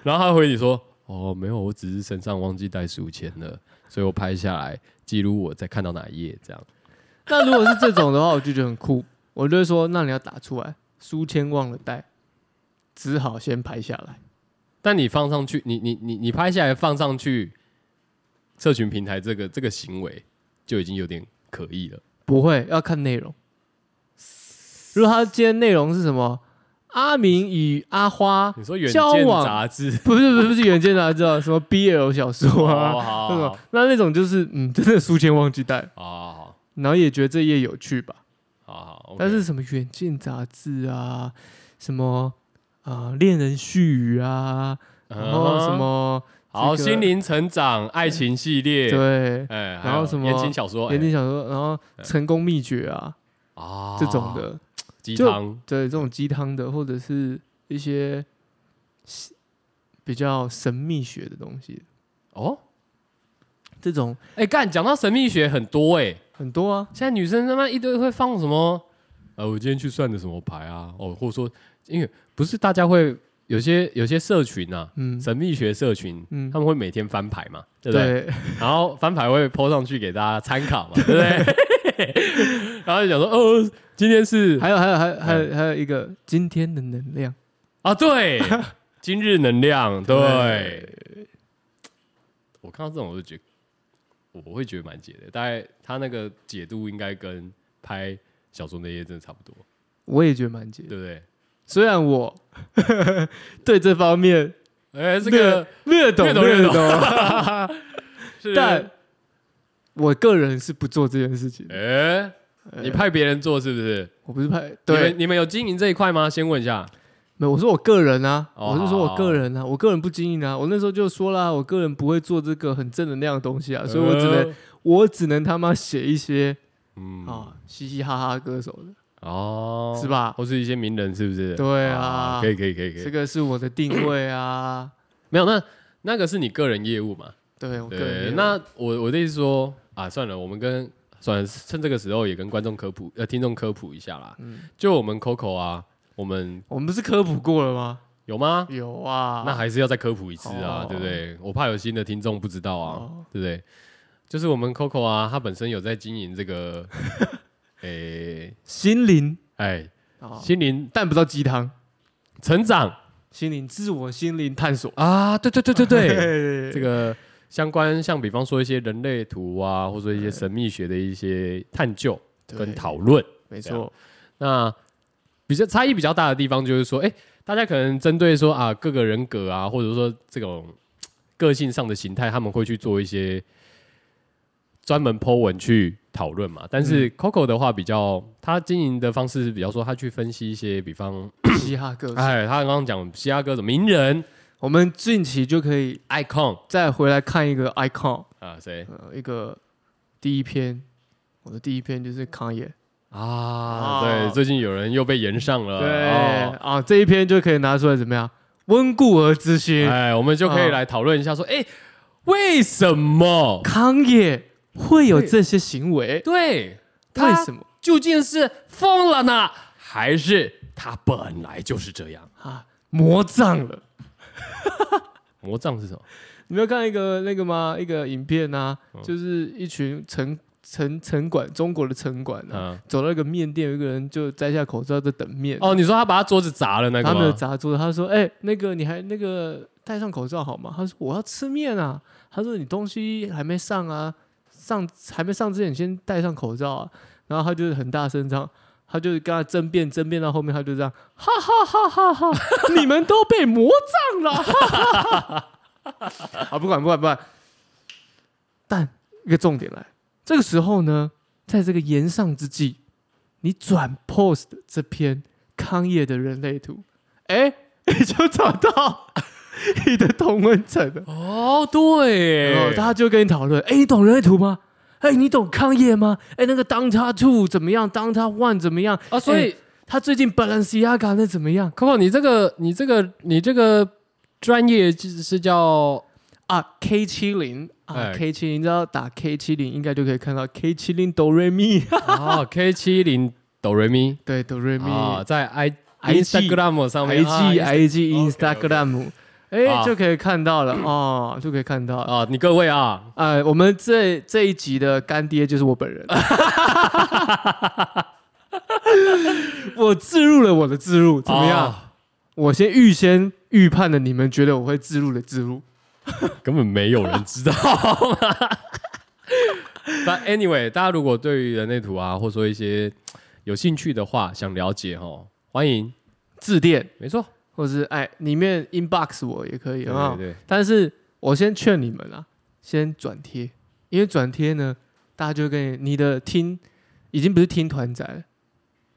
A: 然后他回你说：“哦，没有，我只是身上忘记带书签了，所以我拍下来记录我在看到哪一页这样。
B: 那如果是这种的话，我就觉得很酷，我就会说那你要打出来，书签忘了带，只好先拍下来。”
A: 但你放上去，你你你你拍下来放上去，社群平台这个这个行为就已经有点可疑了。
B: 不会，要看内容。如果他今天内容是什么？阿明与阿花，
A: 你说远
B: 交
A: 见
B: 往
A: 杂志，
B: 不是不是不是原件啊，知道什么 BL 小说
A: 哦好
B: 啊，
A: 好
B: 那种
A: 好
B: 那那种就是嗯，真的书签忘记带了，
A: 好好
B: 然后也觉得这页有趣吧。
A: 好好，
B: 但是什么远见杂志啊，什么啊、恋人絮语啊，然后什么、
A: 好
B: 这个
A: 心灵成长爱情系列，
B: 对
A: 哎，
B: 然后什么
A: 言情小说，
B: 言情小说，然后成功秘诀啊、
A: 哎啊
B: 这种的，
A: 鸡
B: 就
A: 汤
B: 对这种鸡汤的，或者是一些比较神秘学的东西，
A: 哦。
B: 这种
A: 哎，干，讲到神秘学很多哎，
B: 很多啊。
A: 现在女生他妈一堆会放什么？呃，我今天去算的什么牌啊？哦，或者说，因为不是大家会有些有些社群啊，
B: 嗯
A: 神秘学社群，
B: 嗯
A: 他们会每天翻牌嘛，对不对？
B: 对，
A: 然后翻牌会 PO 上去给大家参考 嘛，对不对？ 然后就想说，哦，今天是
B: 还有还有还有还
A: 嗯
B: 有还有一个今天的能量，
A: 啊， 对，今日能量，对。
B: 对
A: 我看到这种我就觉得，我会觉得蛮解的，大概他那个解度应该跟拍小说那些真的差不多，
B: 我也觉得蛮解。
A: 对不对？
B: 虽然我 对这方面
A: 哎、这个
B: 略懂
A: 略懂略懂
B: 懂，
A: 是
B: 但我个人是不做这件事情的。呃
A: 哎、你派别人做是不是？
B: 我不是派
A: 你
B: 对
A: 们，你们有经营这一块吗？先问一下。
B: 没有，我说我个人啊，
A: 哦
B: 我是说我个人啊，我个人不经营啊，我那时候就说啦，我个人不会做这个很正能量的东西啊，所以我只能
A: 呃，
B: 我只能他妈写一些
A: 嗯，
B: 啊嘻嘻哈哈歌手的，
A: 哦，
B: 是？吧？
A: 或是一些名人是不是？
B: 对啊
A: 可以可以可以可以。
B: 这个是我的定 位啊，
A: 没有，那那个是你个人业务嘛？
B: 对我个
A: 对，
B: 人
A: 那我我的意思说啊，算了，我们跟算了，趁这个时候也跟观众科普呃听众科普一下啦。
B: 嗯
A: 就我们 Coco 啊，我们
B: 我们不是科普过了吗？
A: 有吗？
B: 有啊，
A: 那还是要再科普一次啊，
B: 哦
A: 对不对？我怕有新的听众不知道啊，
B: 哦
A: 对不对？就是我们 Coco 啊，他本身有在经营这个，诶、
B: 心灵
A: 哎，
B: 啊，
A: 心灵
B: 但不知道鸡汤，
A: 成长
B: 心灵自我心灵探索，
A: 啊，对对对对对，
B: 对
A: 这个相关像比方说一些人类图啊，或者一些神秘学的一些探究跟
B: 对
A: 讨论。
B: 没错，
A: 那比较差异比较大的地方就是说，哎、大家可能针对说啊各个人格啊，或者说这种嘖个性上的形态，他们会去做一些专门 Po 文去讨论嘛。但是 Coco 的话比较，他经营的方式是比较说，他去分析一些，比方，
B: 嘻哈歌手，
A: 啊哎，他刚刚讲嘻哈歌手、名人、
B: 我们近期就可以
A: icon
B: 再回来看一个 icon，
A: 啊，谁
B: 呃，一个第一篇，我的第一篇就是康也，
A: 啊？
B: 哦
A: 对，最近有人又被延上了，
B: 对
A: 哦
B: 啊，这一篇就可以拿出来怎么样温故而知新，
A: 哎，我们就可以
B: 哦
A: 来讨论一下，说，哎、为什么？
B: 康也会有这些行为，
A: 对，
B: 为
A: 他
B: 什么
A: 究竟是疯了呢，还是他本来就是这样？
B: 啊？魔障了。
A: 魔杖是什么？
B: 你没有看一个那个吗？一个影片啊，
A: 嗯
B: 就是一群城城城管，中国的城管啊，
A: 嗯，
B: 走到一个面店，有一个人就摘下口罩在等面，
A: 哦，你说他把他桌子砸了那个
B: 他没有
A: 吗？
B: 砸桌子，他说：“哎、那个你还那个戴上口罩好吗？”他说：“我要吃面啊。”他说：“你东西还没上啊，上还没上之前你先戴上口罩啊。”然后他就是很大声唱。他就是跟他争辩，争辩到后面他就这样，哈哈哈 哈哈哈！你们都被魔障了，哈 哈哈哈！啊，不管不管不管，但一个重点来，这个时候呢，在这个言上之际，你转 post 这篇康业的人类图，哎、 你就找到你的同温层了。
A: 哦，对，
B: 然后他就跟你讨论，哎、你懂人类图吗？哎、你懂康业吗？哎、那个当他 two 怎么样？当他 one 怎么样？哎
A: 啊，所以、
B: 他最近 Balenciaga 那怎么样
A: Coco，你这个，你这个，你这个专业是叫
B: 啊？K 七零啊
A: 哎
B: ，K 七零，你知道打 K 七零应该就可以看到 K 七零哆瑞咪，
A: 啊 K 七零哆瑞咪
B: 对哆瑞咪
A: 啊，在 i
B: IG
A: Instagram 上面啊
B: IG IG
A: OK，OK
B: Instagram，哎
A: 啊
B: 就可以看到了哦，就可以看到。
A: 啊，你各位啊，
B: 呃，我们这这一集的干爹就是我本人， 我自入了我的自入，怎么样？
A: 啊
B: 我先预先预判了你们觉得我会自入的自入，
A: 根本没有人 知道。但 anyway，大家如果对于人类图啊，或说一些有兴趣的话，想了解哦，欢迎。
B: 致电
A: 没错，
B: 或是哎里面 inbox 我也可以
A: 对
B: 啊。
A: 对对，
B: 但是我先劝你们啊，先转贴，因为转贴呢，大家就跟你你的听已经不是听团仔了，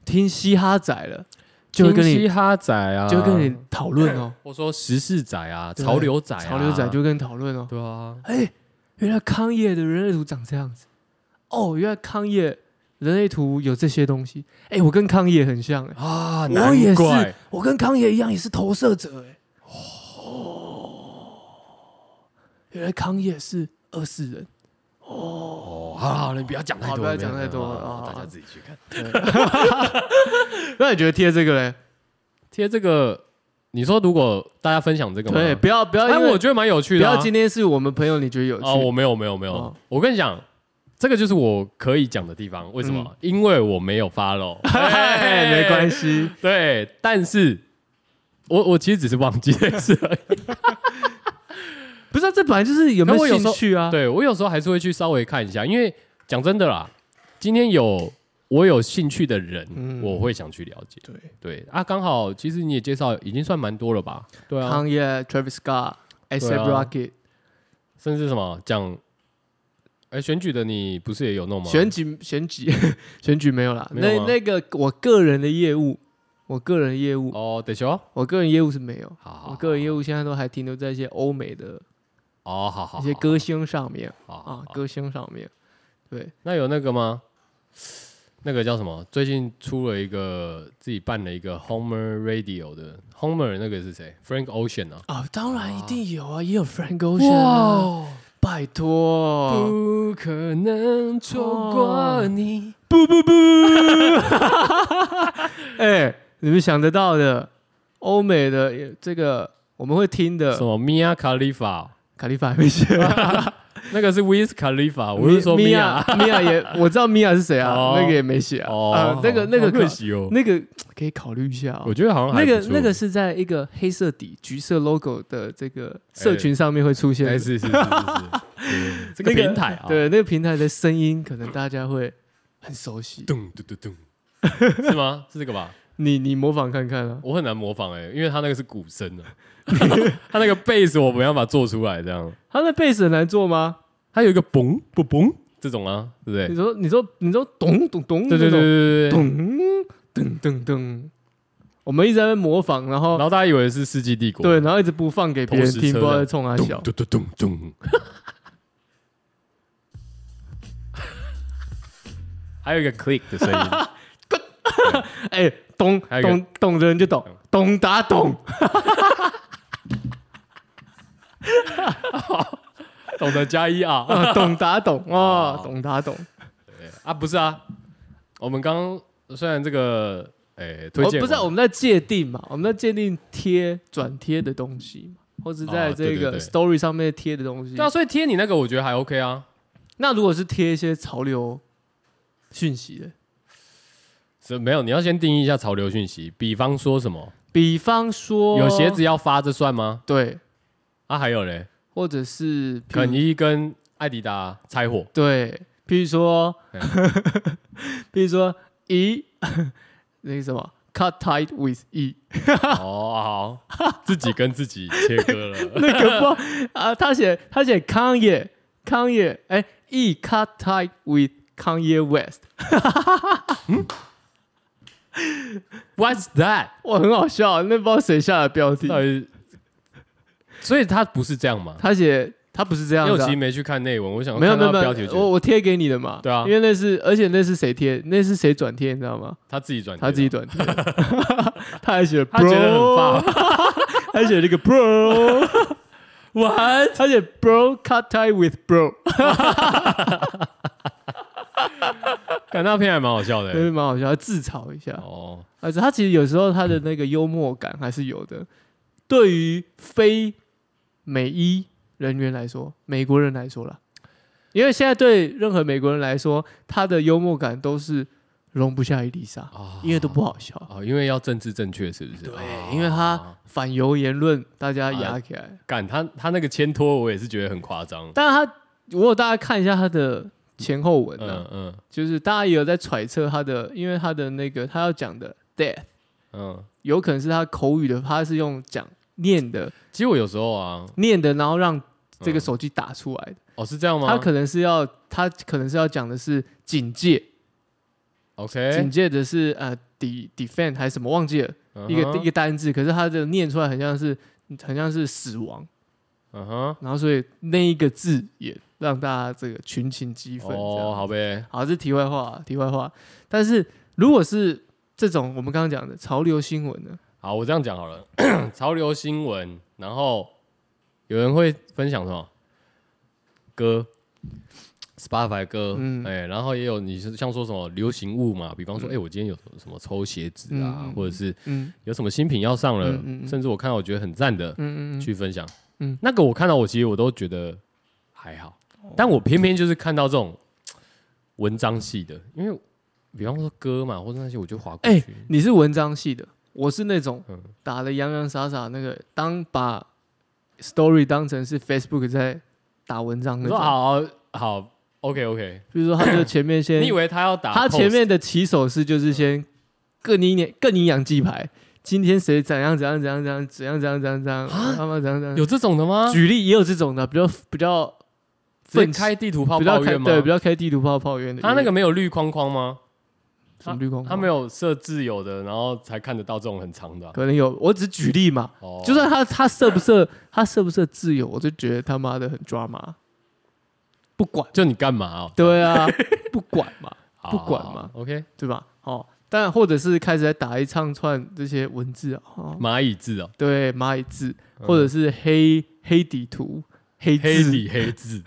B: 听嘻哈仔了，就会跟
A: 听
B: 你
A: 嘻哈仔啊，
B: 就会跟你讨论哦，
A: 或说时事仔啊，
B: 对
A: 潮流仔啊，
B: 潮流仔就会跟你讨论哦。
A: 对啊，
B: 哎，原来康业的人类图长这样子，哦，原来康业人类图有这些东西，哎，我跟康业很像哎、
A: 啊，
B: 我也
A: 难
B: 是
A: 怪，
B: 我跟康爷一样，也是投射者哎、哦，原来康爷是二世人。
A: 哦，好了好了，你不要讲太
B: 好
A: 多，
B: 不要讲太多了啊
A: 大
B: 啊
A: 家自己去看。
B: 那你觉得贴这个嘞？
A: 贴这个，你说如果大家分享这个吗？
B: 对，，不要不要，
A: 哎，
B: 因为
A: 我觉得蛮有趣
B: 不
A: 的啊。
B: 要今天是我们朋友，你觉得有趣？
A: 哦，我没有，没有，没有。
B: 哦
A: 我跟你讲，这个就是我可以讲的地方。为什么？因为我没有 follow，
B: 哎，嗯没关
A: 系。
B: 系，
A: 对，但是我我其实只是忘记这件事而已。
B: 不是、啊、这本来就是有没
A: 可我有时
B: 兴
A: 候
B: 趣啊？
A: 对我有时候还是会去稍微看一下，因为讲真的啦，今天有我有兴趣的人，
B: 嗯
A: 我会想去了解。
B: 对
A: 对啊，刚好其实你也介绍已经算蛮多了吧？对啊，
B: 康业、Travis Scott、S.
A: 对
B: A.
A: 啊
B: Rocket
A: 甚至什么讲，哎、选举的你不是也有弄吗？
B: 选举选举 选举没有啦，
A: 没有
B: 那
A: 吗
B: 那个我个人的业务，我个人的业务，
A: 哦，得修，
B: 我个人业务是没有。
A: 好好好，
B: 我个人业务现在都还停留在一些欧美的
A: 哦，好好好，
B: 一些歌星上面
A: 好好
B: 啊
A: 好，
B: 歌星上面，对，
A: 那有那个吗？那个叫什么？最近出了一个自己办了一个 Homer Radio 的 Homer，那个是谁？Frank Ocean 啊？
B: 啊，当然一定有啊，也有 Frank Ocean 啊，拜托，
A: 不可能错过你。
B: 哎，你们想得到的，欧美的也这个我们会
A: 什
B: 听的，
A: 么 Mia Khalifa？
B: 卡利法还没写，
A: 那个是 Wiz Khalifa，我是说 Mia。
B: 米娅也，我知道米娅是谁啊，
A: 哦
B: 那个也没啊写啊，
A: 哦
B: 啊，，那个那个
A: 好可
B: 可
A: 惜哦，
B: 那个可以考虑一下啊
A: 我。觉得好像还
B: 那
A: 不
B: 个
A: 错
B: 那个是在一个黑色底橘色 logo 的这个社群上面会出现的
A: 哎，是是是是是， 是这个
B: 那
A: 平台啊，
B: 对，那个平台的声音可能大家会很熟悉。
A: 咚咚咚咚， 是吗？是这个吧？
B: 你你模仿看看啊，
A: 我很难模仿哎、因为他那个是鼓声啊， 他那个贝斯我没办法做出来，这样，
B: 他的贝斯很难做吗？
A: 他有一个嘣不嘣这种啊，对不对
B: 你？说你说你说咚咚咚，
A: 对对对对对对。
B: 咚咚咚咚，我们一直在那边模仿，然
A: 然
B: 后
A: 后大家以为是《世纪帝国》
B: 对，然后一直不放给别人
A: 投石
B: 听，
A: 车
B: 不知道在冲哪
A: 咚
B: 小。
A: 咚咚咚咚。 还有一个 click 的声音，
B: 哎，咚
A: 还有一个嗯
B: 懂懂的人就懂，懂打懂，
A: 懂得加一啊
B: 啊懂打懂啊
A: 哦，
B: 懂打懂。
A: 啊不是啊，我们刚刚虽然这个诶推
B: 我
A: 荐
B: 不是啊我们在界定嘛，我们在界定贴转贴的东西嘛，或者在
A: 哦对
B: 这
A: 对
B: 个
A: 对
B: story 上面贴的东西
A: 对。啊，所以贴你那个我觉得还 OK 啊，
B: 那如果是贴一些潮流讯息的，
A: 是没有你要先定义一下潮流讯息，比方说什么
B: 比方说
A: 有鞋子要发，这算吗？
B: 对，
A: 啊，还有嘞，
B: 或者是譬如
A: 肯尼跟艾迪达拆 伙，
B: 对，譬如说
A: 嗯，
B: 譬如说一 那个什么 cut tight with e
A: 哦，好， 自己跟自己切割 了，
B: 那个不啊，他写他写康也康也哎 e cut tight with 康也 west，
A: What's that？
B: 哇，很好笑，那不知道谁下的标题
A: 到，底是？所以他不是这样嘛？
B: 他写他不是这
A: 因
B: 样
A: 为我
B: 的
A: 其
B: 啊、
A: 实没去看内文，我想
B: 没有
A: 看
B: 没有哦
A: 到
B: 没
A: 标题
B: 有，
A: 就
B: 我
A: 觉得
B: 我贴给你的嘛，
A: 对啊
B: 因为那是而且那是谁贴，那是谁转贴，你知道吗？
A: 他自己转，
B: 他自己，短贴，他还写 bro，
A: 他觉得很 棒。
B: 他写这个 bro，
A: What？
B: 他写 bro cut tie with bro，
A: 看那篇还蛮好笑 的
B: 但
A: 欸。
B: 是蛮好笑，自嘲一下。
A: 哦，
B: 而且他其实有时候他的那个幽默感还是有的。对于非美医人员来说，美国人来说啦，因为现在对任何美国人来说，他的幽默感都是容不下伊丽莎，
A: 啊
B: 因为都不好笑。
A: 哦，因为要政治正确，是不是？
B: 对
A: 哦，哎
B: 因为他反犹言论，大家压起来。
A: 干他他那个牵拖，我也是觉得很夸张。
B: 但他如果大家看一下他的前后文呢、
A: 嗯嗯
B: 就是大家也有在揣测他的，因为他的那个他要讲的 death，
A: 嗯，
B: 有可能是他口语的，他是用讲念的
A: 其实我有时候啊，
B: 念的，然后让这个
A: 嗯
B: 手机打出来的。
A: 哦是这样吗？
B: 他可能是要他可能是要讲的是警戒，警
A: OK
B: 戒的是呃 de defend 还是什么忘记了
A: 嗯哼
B: 一个一个单字，可是他的念出来很像是很像是死亡。
A: 嗯哼
B: 然后所以那一个字也让大家这个群情激愤。
A: 哦好
B: 好，
A: 呗
B: 好，这是题外话，题外话。但是如果是这种我们刚刚讲的潮流新闻呢，
A: 好，我这样讲好了， 潮流新闻，然后有人会分享什么歌，Spotify 歌，
B: 嗯
A: 哎、然后也有你是像说什么流行物嘛，比方说，哎、我今天有什么抽鞋子啊，
B: 嗯嗯
A: 或者是
B: 嗯
A: 有什么新品要上了，
B: 嗯嗯嗯
A: 甚至我看到我觉得很赞的，
B: 嗯嗯嗯，
A: 去分享，
B: 嗯哦
A: 那个我看到我其实我都觉得还好，但我偏偏就是看到这种文章系的，因为比方说歌嘛，或者那些我就划过
B: 哎
A: 去。
B: 你是文章系的，我是那种
A: 嗯
B: 打的洋洋洒洒那个，当把 story 当成是 Facebook 在打文章
A: 我
B: 那
A: 说
B: 种。
A: 好好，OK OK，
B: 比如说，他就前面先
A: 你以，为他要打
B: 他
A: post？
B: 前面的起手式就是先更你娘更你娘鸡排，今天谁怎样怎样怎样怎样怎样怎样怎样怎样，
A: 啊
B: 妈妈怎样怎样，
A: 有这种的吗？
B: 举例也有这种的，比较比较
A: 直接
B: 愤
A: 开地图炮
B: 比较
A: 抱
B: 开
A: 怨吗？
B: 对比较开地图炮抱怨的。
A: 他那个没有绿框框吗？
B: 什么绿光，
A: 他没
B: 有，
A: 有设自由的，然后才看得到这种很长的啊。
B: 可能有，我只举例嘛。
A: 哦，
B: 就算他他设不 设他设不设自由，我就觉得他妈的很抓马，不管，
A: 就你干嘛哦？
B: 对 啊，不管嘛，
A: 好
B: 不管嘛
A: 好好？OK，
B: 对吧？哦，但或者是开始在打一长串这些文字啊，哦、
A: 蚂蚁字哦，
B: 对蚂蚁字，
A: 嗯
B: 或者是黑黑底图。黑
A: 黑
B: 字，
A: 底黑字，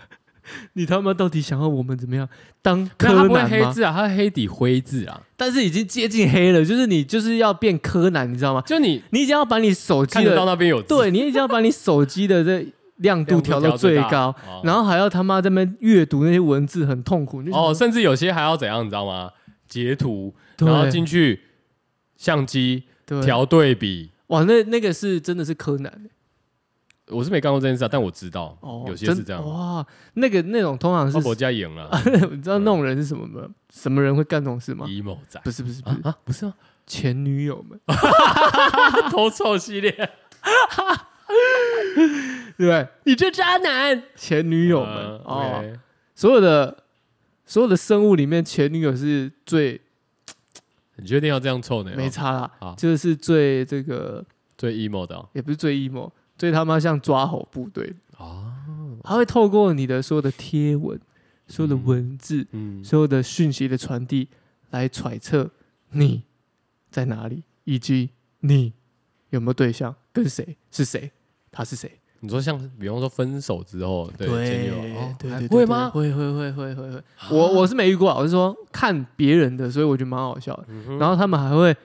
B: 你他妈到底想要我们怎么样？当
A: 那他
B: 柯
A: 不会
B: 南
A: 黑
B: 吗？
A: 字啊，他黑底灰字啊。
B: 但是已经接近黑了，就是你就是要变柯南，你知道吗？
A: 就你
B: 你已经要把你手机
A: 看得到
B: 的，
A: 那边有字
B: 对你已经要把你手机的这亮度
A: 亮
B: 调到最高，
A: 大哦
B: 然后还要他妈在那边阅读那些文字，很痛苦。你就
A: 哦，甚至有些还要怎样，你知道吗？截图，
B: 对
A: 然后进去相机
B: 对，
A: 调对比。
B: 哇，那那个是真的是柯南
A: 我是没干过这件事啊，但我知道
B: 哦，
A: 有些是
B: 真
A: 这样。
B: 哇，那个那种通常
A: 阿伯
B: 是，
A: 家啊赢了
B: 你知道那种人是什么吗？什么人会干这种事吗？
A: ，emo 仔
B: 不是不是不
A: 嗯啊
B: 是，
A: 啊，不是啊，
B: 前女友 们，E
A: 头臭系列，
B: 对不对？
A: 你这渣男，
B: 前女友们
A: 呃
B: 哦，
A: OK
B: 所有的所有的生物里面，前女友是最
A: 你确定要这样臭呢？
B: 没
A: 哦
B: 差啦
A: 好，
B: 就是最这个
A: 最 emo 的哦
B: 也不是最 emo，最他妈像抓猴部队，
A: 啊，
B: 他会透过你的所有的贴文、所有的文字、
A: 嗯，
B: 所有的讯息的传递，来揣测你在哪里，以及你有没有对象、跟谁、是谁、他是谁。
A: 你说像比方说分手之后，对前女友哦
B: 对
A: 还
B: 对，
A: 会吗？
B: 会会会会会会。我我是没遇过啊，我是说看别人的，所以我觉得蛮好笑的。
A: 嗯哼
B: 然后他们还会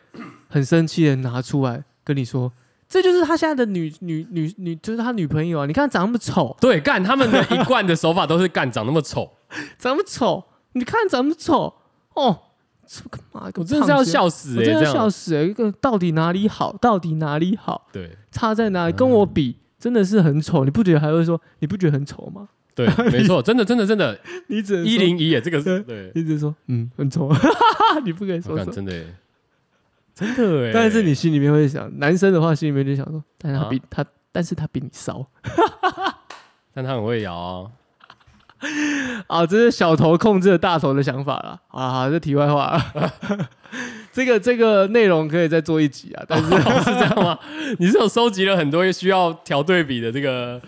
B: 很生气的拿出来跟你说，这就是他现在的女女女女，就是他女朋友啊！你看长那么丑，
A: 对，干他们的一贯的手法都是干长那么丑，
B: 长那么丑，你看长那么丑，哦，这干嘛？
A: 我真的是要
B: 死、
A: 笑死
B: 我
A: 哎，
B: 真
A: 这
B: 的要笑
A: 样
B: 死、欸！一个到底哪里好，到底哪里好，
A: 对。
B: 差在哪里？
A: 嗯
B: 跟我比。真的是很丑，你不觉得还会说你不觉得很丑吗？
A: 对， 没错，真的，真的，真 的，
B: 你只能说
A: 一，零一耶，这个是对，
B: 你只能说嗯很丑， 你不可以说
A: 我
B: 什
A: 看
B: 么。
A: 真的耶，真的哎，
B: 但是你心里面会想，男生的话心里面就想说，但是他
A: 啊
B: 比、他，但是他比你骚
A: 但他很会摇啊，
B: 啊，这是小头控制了大头的想法啦。啊，好这题外话 啊，这个这个内容可以再做一集 啊，但是
A: 是这样吗？你是有收集了很多需要调对比的这个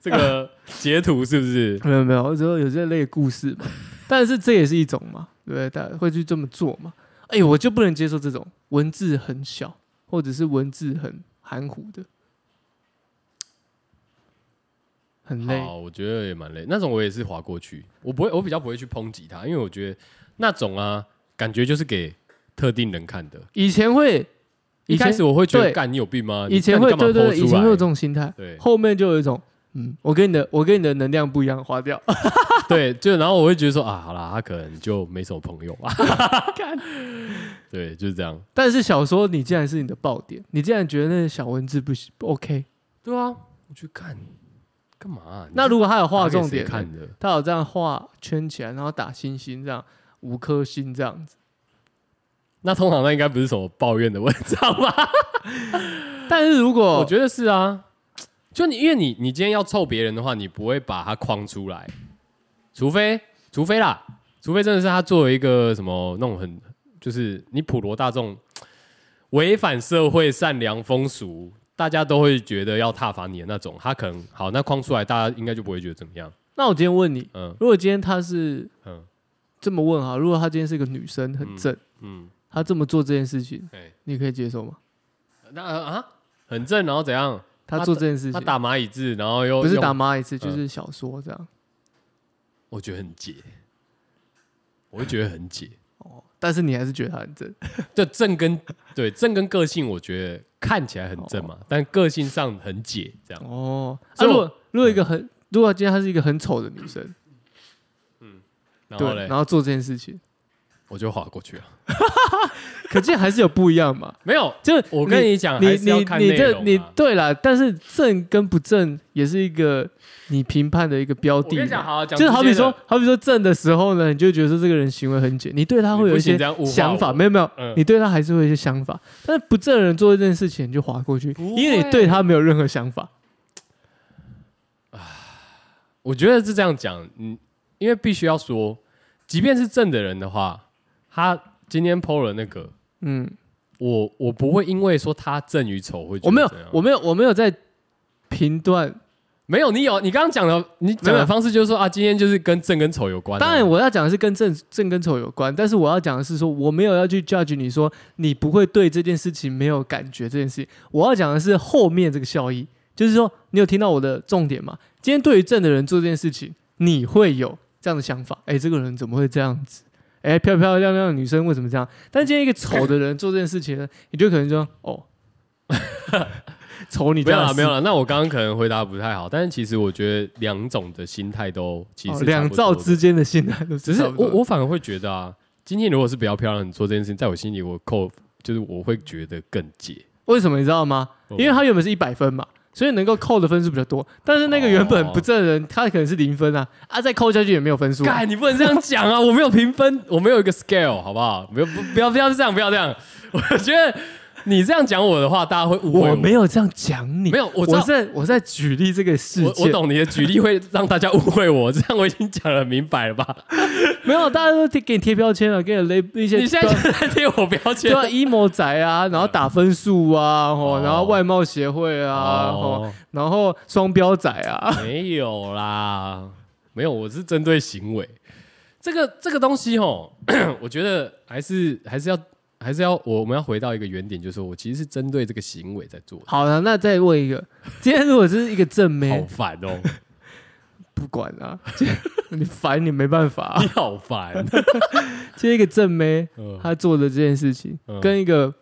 A: 这个截图，是不是？
B: 没有没有，我只说有这类的故事 嘛，但是这也是一种嘛，对不对？大家会去这么做嘛？哎、我就不能接受这种文字很小，或者是文字很含糊的，很累。
A: 好，我觉得也蛮累，那种我也是划过去，我不会，我比较不会去抨击他，因为我觉得那种啊，感觉就是给特定人看的。
B: 以前会，
A: 一
B: 以前
A: 开始我会觉得，
B: 对
A: 干你有病吗？
B: 以前
A: 你那
B: 会
A: 你干
B: 对
A: 嘛剖
B: 对，对
A: 出来？
B: 以前会有这种心态，
A: 对
B: 后面就有一种，嗯，我跟你的我跟你的能量不一样，花掉，
A: 对，就然后我会觉得说啊，好啦，他可能就没什么朋友吧。
B: 干
A: 对，就是这样。
B: 但是小说你竟然是你的爆点，你竟然觉得那小文字不行不 OK？
A: 对啊，我去看干嘛啊、
B: 那如果他有画
A: 画
B: 重点呢，
A: 看的，
B: 他有这样画圈起来，然后打星星这样五颗星这样子，
A: 那通常那应该不是什么抱怨的文章吧？
B: 但是如果
A: 我觉得是啊。就你，因为你你今天要凑别人的话，你不会把他框出来，除非除非啦，除非真的是他作为一个什么那种很就是你普罗大众违反社会善良风俗，大家都会觉得要挞伐你的那种，他可能好那框出来，大家应该就不会觉得怎么样。
B: 那我今天问你，
A: 嗯
B: 如果今天她是
A: 嗯
B: 这么问哈，如果她今天是个女生，很正，
A: 嗯，
B: 她这么做这件事情，
A: 哎、
B: 你可以接受吗？
A: 那啊很正，然后怎样？
B: 她
A: 她
B: 做这件事
A: 他
B: 情，
A: 打嗯蚂蚁字，然后又
B: 不是
A: 用
B: 打骂一次，就是小说这样。
A: 我觉得很解，我会觉得很解。
B: 但是你还是觉得她很正，
A: 这正跟对正跟个性，我觉得看起来很正嘛，但个性上很解这样。
B: 哦。啊，
A: 所以
B: 如
A: 我
B: 果如果一个很，如果今天她是一个很丑的女生，
A: 然后
B: 对，
A: 嘞
B: 然，后做这件事情，
A: 我就划过去了。
B: 可见还是有不一样嘛。
A: 没有，
B: 就是
A: 我跟你讲，
B: 你
A: 还是
B: 你
A: 要看
B: 你
A: 内容
B: 这
A: 啊
B: 你对啦，但是正跟不正也是一个你评判的一个标
A: 我跟
B: 的
A: 你讲，
B: 嘛。
A: 好，讲
B: 就是好比
A: 直接的
B: 说，，好比说正的时候呢，你就觉得说这个人行为很简，你对他会有一
A: 你不行
B: 些
A: 这样物化
B: 想法，
A: 我
B: 没有没有，
A: 嗯
B: 你对他还是会有一些想法。但是不正的人做这件事情，你就划过去
A: 不，
B: 因为
A: 会
B: 你对他没有任何想法。
A: 我觉得是这样讲，嗯，因为必须要说，即便是正的人的话，他今天 PO 了那个，
B: 嗯，
A: 我我不会因为说他正与丑会觉得
B: 我没有
A: 怎样，
B: 我没有，我没有在评断。
A: 没有，你有，你刚刚讲的，你讲
B: 没
A: 的
B: 有
A: 方式就是说啊，今天就是跟正跟丑有关、啊
B: 当然，，我要讲的是跟正正跟丑有关，但是我要讲的是说，我没有要去 judge 你说你不会对这件事情没有感觉这件事情。我要讲的是后面这个效益，就是说你有听到我的重点吗？今天对于正的人做这件事情，你会有这样的想法：哎，这个人怎么会这样子？哎，漂漂亮亮的女生为什么这样？但今天一个丑的人做这件事情呢，你就可能说哦，丑你
A: 没
B: 这
A: 有
B: 样
A: 啦，
B: 子
A: 没有啦。那我刚刚可能回答不太好，但是其实我觉得两种的心态都其实
B: 哦
A: 差不多的、
B: 两兆之间的信赖都
A: 只
B: 只
A: 是我我反而会觉得啊，今天如果是比较漂亮，你做这件事情，在我心里我扣就是我会觉得更解，
B: 为什么你知道吗？
A: 嗯
B: 因为他原本是一百分嘛，所以能够扣的分数比较多。但是那个原本不正的人，他可能是零分啊，啊，再扣下去也没有分数啊、
A: 干，你不能这样讲啊！我没有评分，我没有一个 scale，好不好？不要不不要不要这样，不要这样。我觉得你这样讲我的话，大家会误会
B: 我没有这样讲你，
A: 没有我
B: 我
A: 知道
B: 在我在举例这个事
A: 我
B: 件，
A: 我懂你的举例会让大家误会我，这样我已经讲的明白了 吧？
B: 没有，大家都贴给你贴标签了，给你勒一些啊
A: 你现在就在贴我标签
B: 对啊，emo 仔啊，然后打分数啊，哦
A: 哦，
B: 然后外貌协会啊，哦，
A: 哦，
B: 然后双标仔啊，
A: 没有啦，没有，我是针对行为。这个这个东西哦， 我觉得还是还是要还是要我我们要回到一个原点，就是我其实是针对这个行为在做的，
B: 好了，那再问一个，今天如果是一个正
A: 好
B: 妹，
A: 烦 哦，
B: 不管啊，今天你烦你没办法、啊
A: 你，好烦，
B: 今天一个正妹，
A: 嗯
B: 她做的这件事情，
A: 嗯，
B: 跟一个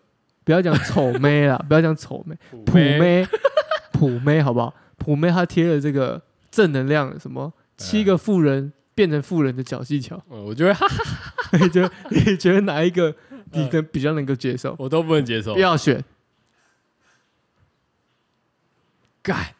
B: 不要讲丑妹啦，不要讲丑妹，普，妹，普妹好不好？普妹她贴了这个正能量，什么七个富人变成富人的小技巧
A: 嗯我觉得哈
B: 你觉得你觉得哪一个你能比较能够接受？
A: 我都不能接受
B: 不，要选，
A: 改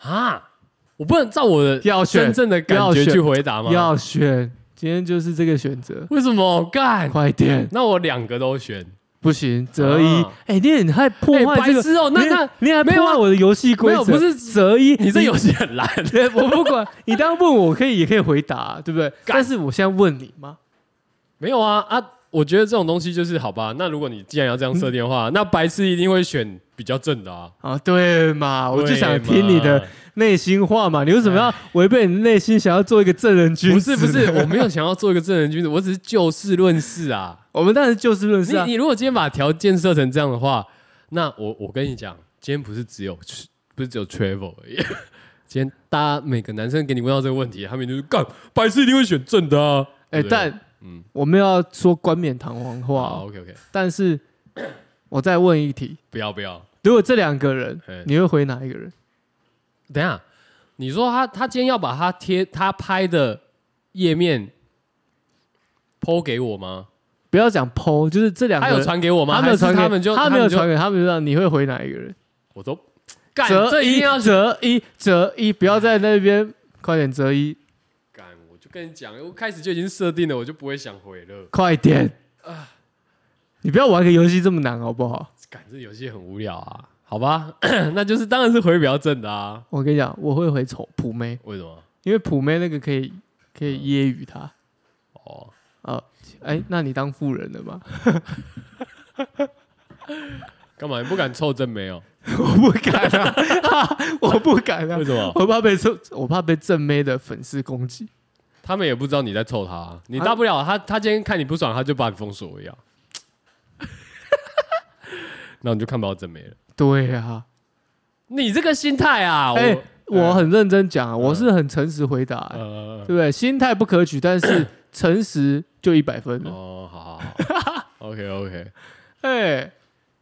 A: 啊，我不能照我的
B: 要选
A: 真正的感
B: 要
A: 觉
B: 选
A: 去回答吗？
B: 要选，今天就是这个选择，
A: 为什么干？
B: 快点，
A: 那我两个都选，
B: 不行，择一
A: 啊，
B: 哎，你很害破
A: 哎
B: 坏这
A: 白
B: 个，
A: 痴哦，那那
B: 你还
A: 没有
B: 破
A: 啊
B: 坏我的游戏
A: 没
B: 规
A: 有
B: 则，
A: 不是
B: 择一，
A: 你这
B: 你
A: 游戏很烂，
B: 对，我不管，你当问我可以，也可以回答、对不对？
A: 干
B: 但是我现在问你嘛，
A: 没有啊啊！我觉得这种东西就是好吧。那如果你既然要这样设定的
B: 嗯
A: 话，那白痴一定会选比较正的啊。
B: 啊，对嘛，我就
A: 对
B: 想
A: 嘛
B: 听你的，内心话嘛，你为什么要违背你内心，想要做一个正人君
A: 不
B: 子
A: 是
B: 呢？
A: 不是，我没有想要做一个正人君子，我只是就事论事啊。
B: 我们当然是就事论事啊
A: 你，你如果今天把条件设成这样的话，那我我跟你讲，今天不是只有不是只有 travel 而已。 今天大家每个男生给你问到这个问题，他们就是干白痴一定会选正的啊，
B: 哎、
A: 对不对
B: 但
A: 嗯，
B: 我们要说冠冕堂皇话
A: 好
B: 哦，
A: ，OK OK，
B: 但是我再问一题：
A: 不要不要，
B: 如果这两个人，
A: 哎，
B: 你会回哪一个人？
A: 等一下，你说他他今天要把他贴他拍的页面剖给我吗？
B: 不要讲剖，就是这两个
A: 他有
B: 人，
A: 传给我吗？
B: 他没有
A: 还是
B: 传给
A: 他们就
B: 他没有
A: 们就
B: 传给他们，就让你会回哪一个人？
A: 我都干，
B: 择
A: 这一定要
B: 择一择一，不要在那边快点择一，
A: 干。我就跟你讲，我开始就已经设定了，我就不会想回了。
B: 快点！
A: 啊
B: 你不要玩个游戏这么难好不好？
A: 干，这游戏很无聊啊，好吧， 那就是当然是回比较正的啊。
B: 我跟你讲，我会回丑普妹，
A: 为什么？
B: 因为普妹那个可以可以揶揄她。
A: 哦，
B: 哦，哎，那你当富人了吗？
A: 干嘛你不敢凑正没 有？
B: 我不敢啊， 我不敢啊
A: 为，什么？
B: 我怕被正，我怕被正妹的粉丝攻击。
A: 他们也不知道你在凑他、啊，你大不了他他今天看你不爽，他就把你封锁一样。 那你就看不到正妹了。
B: 对啊，
A: 你这个心态啊，我、嗯
B: 哎，我很认真讲啊，我是很诚实回答啊，
A: 呃
B: 对不对？心态不可取，但是诚实就一百分了。
A: 哦，好好好，OK OK，
B: 哎，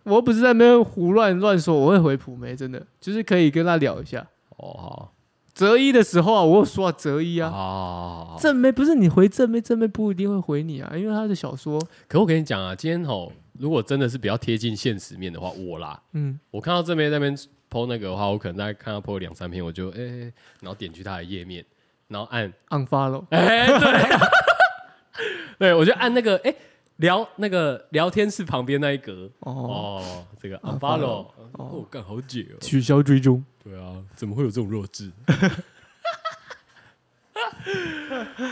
B: 我不是在那边胡乱乱说，我会回普梅，真的就是可以跟他聊一下。
A: 哦好，
B: 择一的时候啊，我有说啊，择一
A: 好
B: 啊，
A: 好好好。
B: 正妹不是你回正妹，正妹不一定会回你啊，因为她的小说，
A: 可我跟你讲啊，今天吼，如果真的是比较贴近现实面的话，我啦，
B: 嗯，
A: 我看到这边那边 PO 那个的话，我可能大概看到 PO 两三篇，我就哎、哎哎然后点去他的页面，然后按
B: unfollow，
A: 哎、对，对我就按那个哎、聊那个聊天室旁边那一格
B: 哦，
A: 哦，这个
B: unfollow
A: unfollow，
B: 哦
A: 哦，干好解哦，
B: 取消追踪。
A: 对啊，怎么会有这种弱智？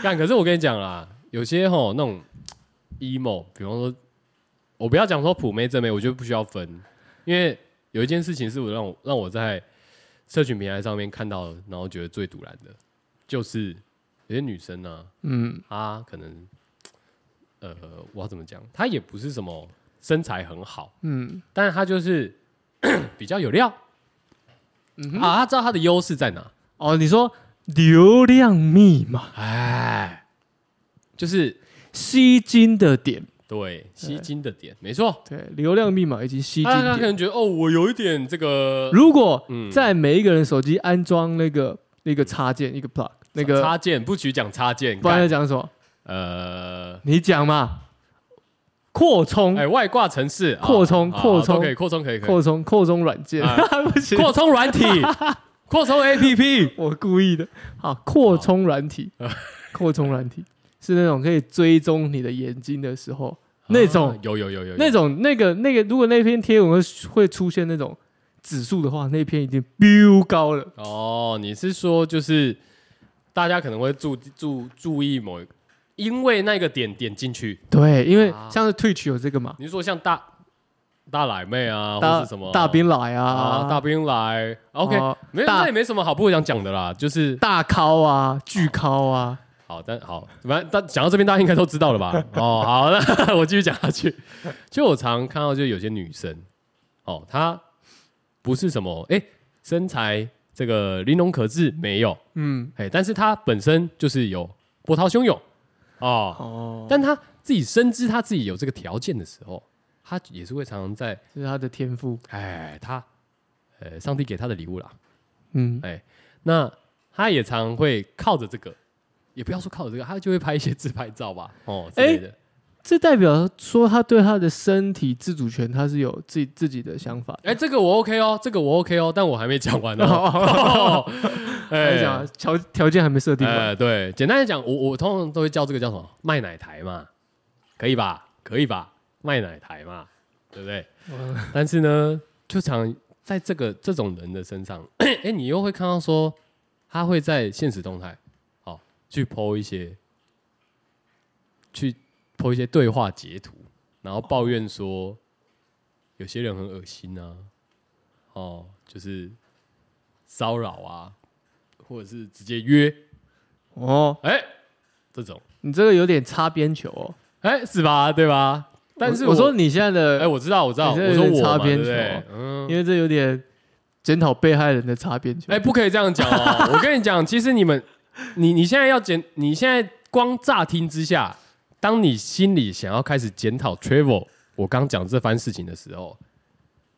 A: 干，可是我跟你讲啦，有些吼那种 emo，比方说，我不要讲说普妹正妹，我觉得不需要分，因为有一件事情是我让我让我在社群平台上面看到，然后觉得最堵然的，就是有些女生啊呢、
B: 嗯，
A: 她可能，呃，我要怎么讲？她也不是什么身材很好，
B: 嗯，
A: 但是她就是 比较有料，
B: 嗯
A: 啊，她知道她的优势在哪，
B: 哦，你说流量密码
A: 哎，就是
B: 吸金的点，
A: 对吸睛的点，没错。
B: 对，流量密码以及吸金
A: 他他可
B: 点。
A: 能觉得哦，我有一点这个
B: 哎如果
A: 嗯
B: 在每一个人手机安装那个那个插件，一个 plug，那个
A: 插件，不许讲插件，
B: 不然要
A: 干
B: 讲什么？
A: 呃，
B: 你讲嘛，扩充
A: 哎，外挂城市
B: 扩充
A: 啊啊
B: 扩充
A: 都可以，扩充可以可以，
B: 扩充扩充软件，
A: 哎
B: 不行，
A: 扩充软 体，扩充 APP，
B: 我故意的。好，扩充软体，扩充软体是那种可以追踪你的眼睛的时候，那种
A: 啊有有有有有
B: 那种那个那个，如果那篇贴文会会出现那种指数的话，那篇已经 biu 高了。
A: 哦，你是说就是大家可能会注注注意某，因为那个点点进去，
B: 对，因为
A: 啊
B: 像是 Twitch 有这个嘛，
A: 你是说像大大奶妹啊，或
B: 大
A: 是什么
B: 大兵来
A: 啊，
B: 啊，
A: 大兵来，OK，
B: 啊
A: 没有，
B: 大
A: 那也没什么好不想讲的啦，就是
B: 大咖啊，巨咖啊，
A: 好，但好，反正但讲到这边，大家应该都知道了吧？哦，好，那 我继续讲下去。就我常看到，就有些女生，哦，她不是什么，哎、身材这个玲珑可致没有，
B: 嗯，
A: 哎、但是她本身就是有波涛汹涌，哦，
B: 哦，
A: 但她自己深知她自己有这个条件的时候，她也是会常常在，
B: 这是他的天赋，
A: 哎，她，呃，上帝给她的礼物啦，
B: 嗯，
A: 那他也常会靠着这个，也不要说靠着这个，他就会拍一些自拍照吧，哦之类的。
B: 这代表说他对他的身体自主权，他是有自己自己的想法。
A: 哎、这个我 OK 哦，这个我 OK 哦，但我还没讲完 哦。
B: 来讲啊，条条件还没设定
A: 哎、
B: 完，
A: 对，简单来讲，我我通常都会叫这个叫什么卖奶台嘛，可以吧？可以吧？卖奶台嘛，对不对？
B: 嗯
A: 但是呢，就常在这个这种人的身上， 哎、你又会看到说，他会在现实动态，哦，去 PO 一些，去 PO 一些对话截图，然后抱怨说，有些人很恶心啊，哦，就是骚扰啊，或者是直接约，
B: 哦，
A: 哎、这种，
B: 你这个有点擦边球哦。
A: 哎、是吧？对吧？但是
B: 我说，你现在
A: 哎、
B: 的，
A: 我知道，我知道，
B: 你这有
A: 我说我
B: 点
A: 嘛，
B: 擦
A: 对
B: 边
A: 不
B: 球
A: 对？嗯
B: 因为这有点检讨被害人的擦边球
A: 哎、。不可以这样讲哦！我跟你讲，其实你们，你你现在要检，你现在光乍听之下，当你心里想要开始检讨 travel 我刚讲这番事情的时候，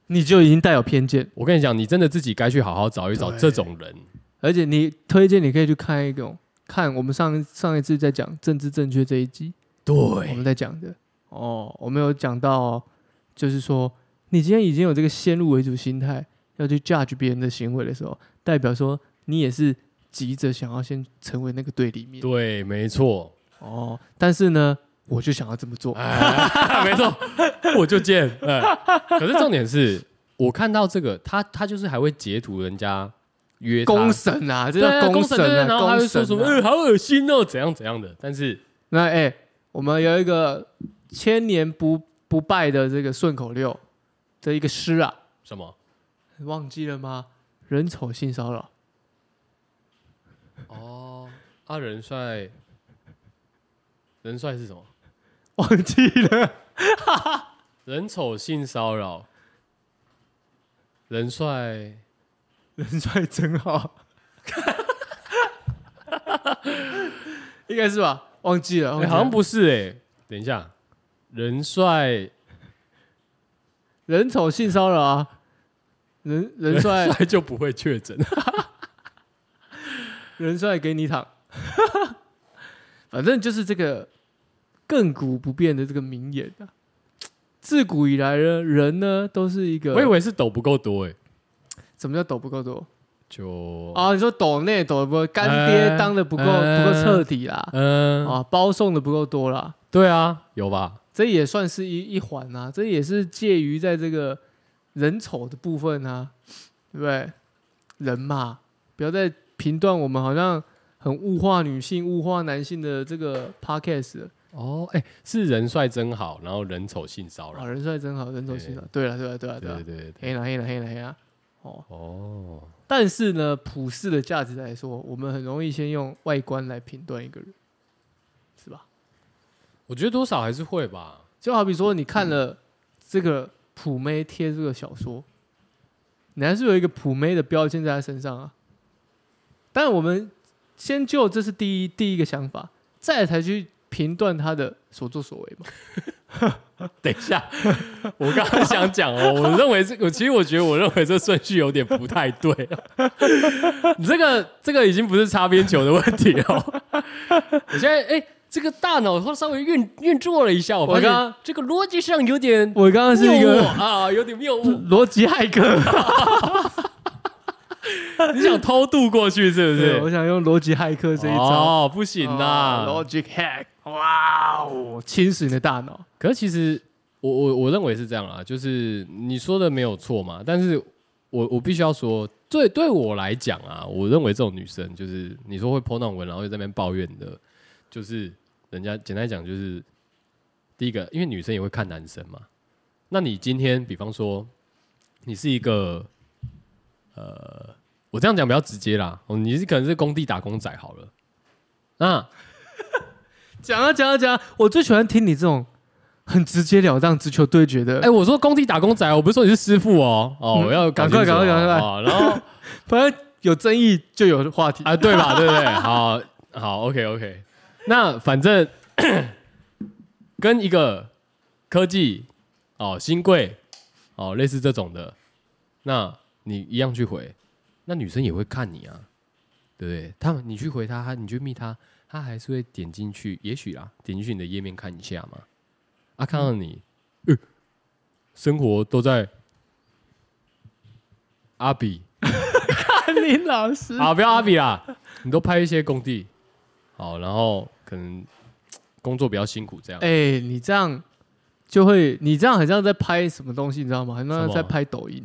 B: 你就已经带有偏见，
A: 我跟你讲，你真的自己该去好好找一找
B: 对
A: 这种人。
B: 而且你推荐你可以去看一种，看我们上一上一次在讲政治正确这一集，我
A: 对，
B: 们在讲的哦，我们有讲到，就是说你今天已经有这个先入为主心态，要去 judge 别人的行为的时候，代表说你也是急着想要先成为那个对立面
A: 对，没错，
B: 哦。但是呢，我就想要这么做，
A: 哎， 没错，我就见。哎，可是重点是我看到这个，他他就是还会截图人家约他
B: 公审啊，这
A: 对啊
B: 叫
A: 公
B: 审
A: 对对
B: 啊，
A: 然后他
B: 公
A: 就说
B: 审
A: 什么，
B: 啊
A: 呃，好恶心哦，怎样怎样的。但是
B: 那哎、我们有一个千年不不败的这个顺口溜的一个诗啊，
A: 什么？
B: 忘记了吗？人丑性骚扰，
A: 哦，啊，人帅，人帅是什么？
B: 忘记了。
A: 人丑性骚扰，人帅。哎
B: 人帅真好， 应该是吧？忘记了，忘
A: 哎、
B: 记了
A: 好像不是哎、等一下，人帅
B: 人丑性骚扰啊，人人帅
A: 帅就不会确诊。
B: 人帅给你躺， 反正就是这个亘古不变的这个名言啊。自古以来呢，人呢都是一个，
A: 我以为是抖不够多哎、
B: 什么叫抖不够多
A: 就，
B: 啊？你说抖内抖得不够干爹
A: 哎
B: 当的不够、
A: 哎
B: 不够彻底啦，
A: 嗯、
B: 啊，包送的不够多啦，
A: 对啊，有吧？
B: 这也算是一一环啊，这也是介于在这个人丑的部分啊，对不对？人嘛，不要再评断我们好像很物化女性、物化男性的这个 podcast 了
A: 哦，哎、是人帅真好，然后人丑性骚
B: 啊，
A: 扰。
B: 人帅真好，人丑心好。对了，对了，对了，
A: 对
B: 对了
A: 对，对对，
B: 黑了，黑了，黑了，黑了。哦，
A: 哦，
B: 但是呢，普世的价值来说，我们很容易先用外观来评断一个人，是吧？
A: 我觉得多少还是会吧。
B: 就好比说，你看了这个普妹贴这个小说，你还是有一个普妹的标签在她身上啊。但我们先就这是第一第一个想法，再来才去评断她的所作所为嘛。
A: 等一下， 我刚刚想讲哦，我认为这个，其实我觉得我认为这顺序有点不太对。啊你这个这个已经不是擦边球的问题哦。我现在哎、这个大脑稍微运运作了一下，我发
B: 我
A: 现
B: 刚刚
A: 这个逻辑上有点
B: 我刚刚是一
A: 谬误
B: 个
A: 啊，有点谬误。
B: 逻辑骇客，
A: 你想偷渡过去是不
B: 我
A: 是？
B: 想用逻辑骇客这一招。
A: 哦，不行呐、
B: 哦，Logic Hack，哇哦，侵蚀你的大脑。
A: 可是其实我我我认为是这样啊，就是你说的没有错嘛，但是我我必须要说，对对我来讲啊，我认为这种女生就是你说会 po 那种文，然后又在那边抱怨的，就是人家简单讲就是第一个，因为女生也会看男生嘛，那你今天比方说你是一个呃，我这样讲比较直接啦，哦，你是可能是工地打工仔好了，那
B: 讲啊讲啊讲啊，我最喜欢听你这种很直截了当、直球对决的
A: 哎、。我说工地打工仔，我不是说你是师傅哦，哦，
B: 嗯
A: 我要搞清楚
B: 赶快赶快赶快
A: 哦然后
B: 反正有争议就有话题。
A: 啊，对吧？对不对？好好，OK OK。那反正跟一个科技哦，新贵哦，类似这种的，那你一样去回，那女生也会看你啊，对不对？他们你去回他，他你去密他，他还是会点进去，也许啦，点进去你的页面看一下嘛。啊，看到你，呃生活都在阿比。
B: 林老师
A: 啊，不要阿比啦，你都拍一些工地，好，然后可能工作比较辛苦这样。
B: 哎、你这样就会，你这样很像在拍什么东西，你知道吗？很像
A: 什么
B: 在拍抖音。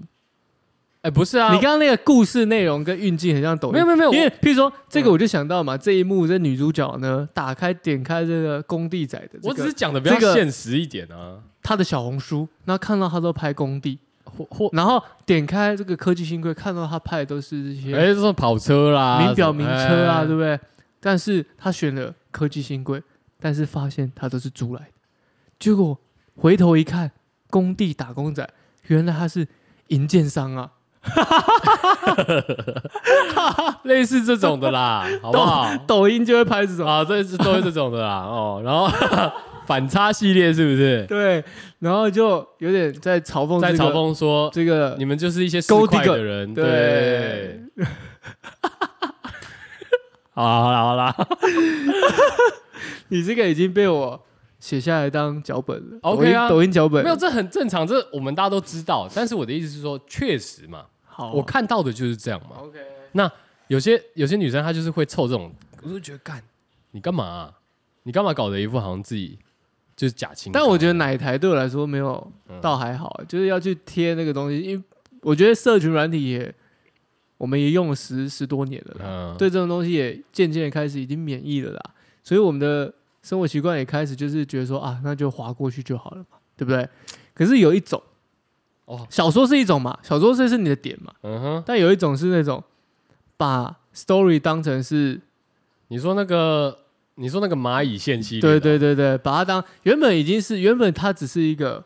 A: 哎，不是啊，
B: 你刚刚那个故事内容跟运镜很像抖音，
A: 没有没有没有
B: 因为譬如说这个，
A: 嗯
B: 我就想到嘛，这一幕这女主角呢，打开点开这个工地仔的、这个，
A: 我只是讲的比较
B: 这个
A: 现实一点啊，
B: 她的小红书，那看到她都拍工地，
A: 或或
B: 然后点开这个科技新贵，看到她拍的都是这些
A: 哎，这种跑车啦，
B: 名表名车啊，
A: 哎
B: 对不对？但是他选了科技新贵，但是发现他都是租来的。结果回头一看，工地打工仔，原来他是银建商啊！
A: 类似这种的 啦，好不好？
B: 抖音就会拍这种，
A: 啊，这是都是这种的啦，哦，然后 反差系列是不是？
B: 对，然后就有点在嘲讽、
A: 在
B: 这个，
A: 嘲讽说
B: 这个
A: 你们就是一些市
B: Gold
A: 侩
B: digger
A: 的人，
B: 对
A: 对。 好啦好啦好啦
B: 你这个已经被我写下来当脚本了。抖
A: OK
B: 音
A: 啊
B: 抖音脚本
A: 没有，这很正常，这我们大家都知道。但是我的意思是说，确实嘛，
B: 好啊，
A: 我看到的就是这样嘛。
B: OK，
A: 有些有些女生她就是会凑这种，我就觉得干你干嘛啊、你干嘛搞得一副好像自己就是假情？
B: 但我觉得哪一台对我来说没有
A: 嗯
B: 倒还好，就是要去贴那个东西，因为我觉得社群软体也我们也用了十十多年了啦，
A: 嗯，
B: 对这种东西也渐渐地开始已经免疫了啦，所以我们的生活习惯也开始就是觉得说啊，那就划过去就好了嘛，对不对？可是有一种
A: 哦，
B: 小说是一种嘛，小说这是你的点嘛，
A: 嗯哼，
B: 但有一种是那种把 story 当成是
A: 你说那个你说那个蚂蚁线系列的
B: 对
A: 啊，
B: 对对对，把它当原本已经是原本它只是一个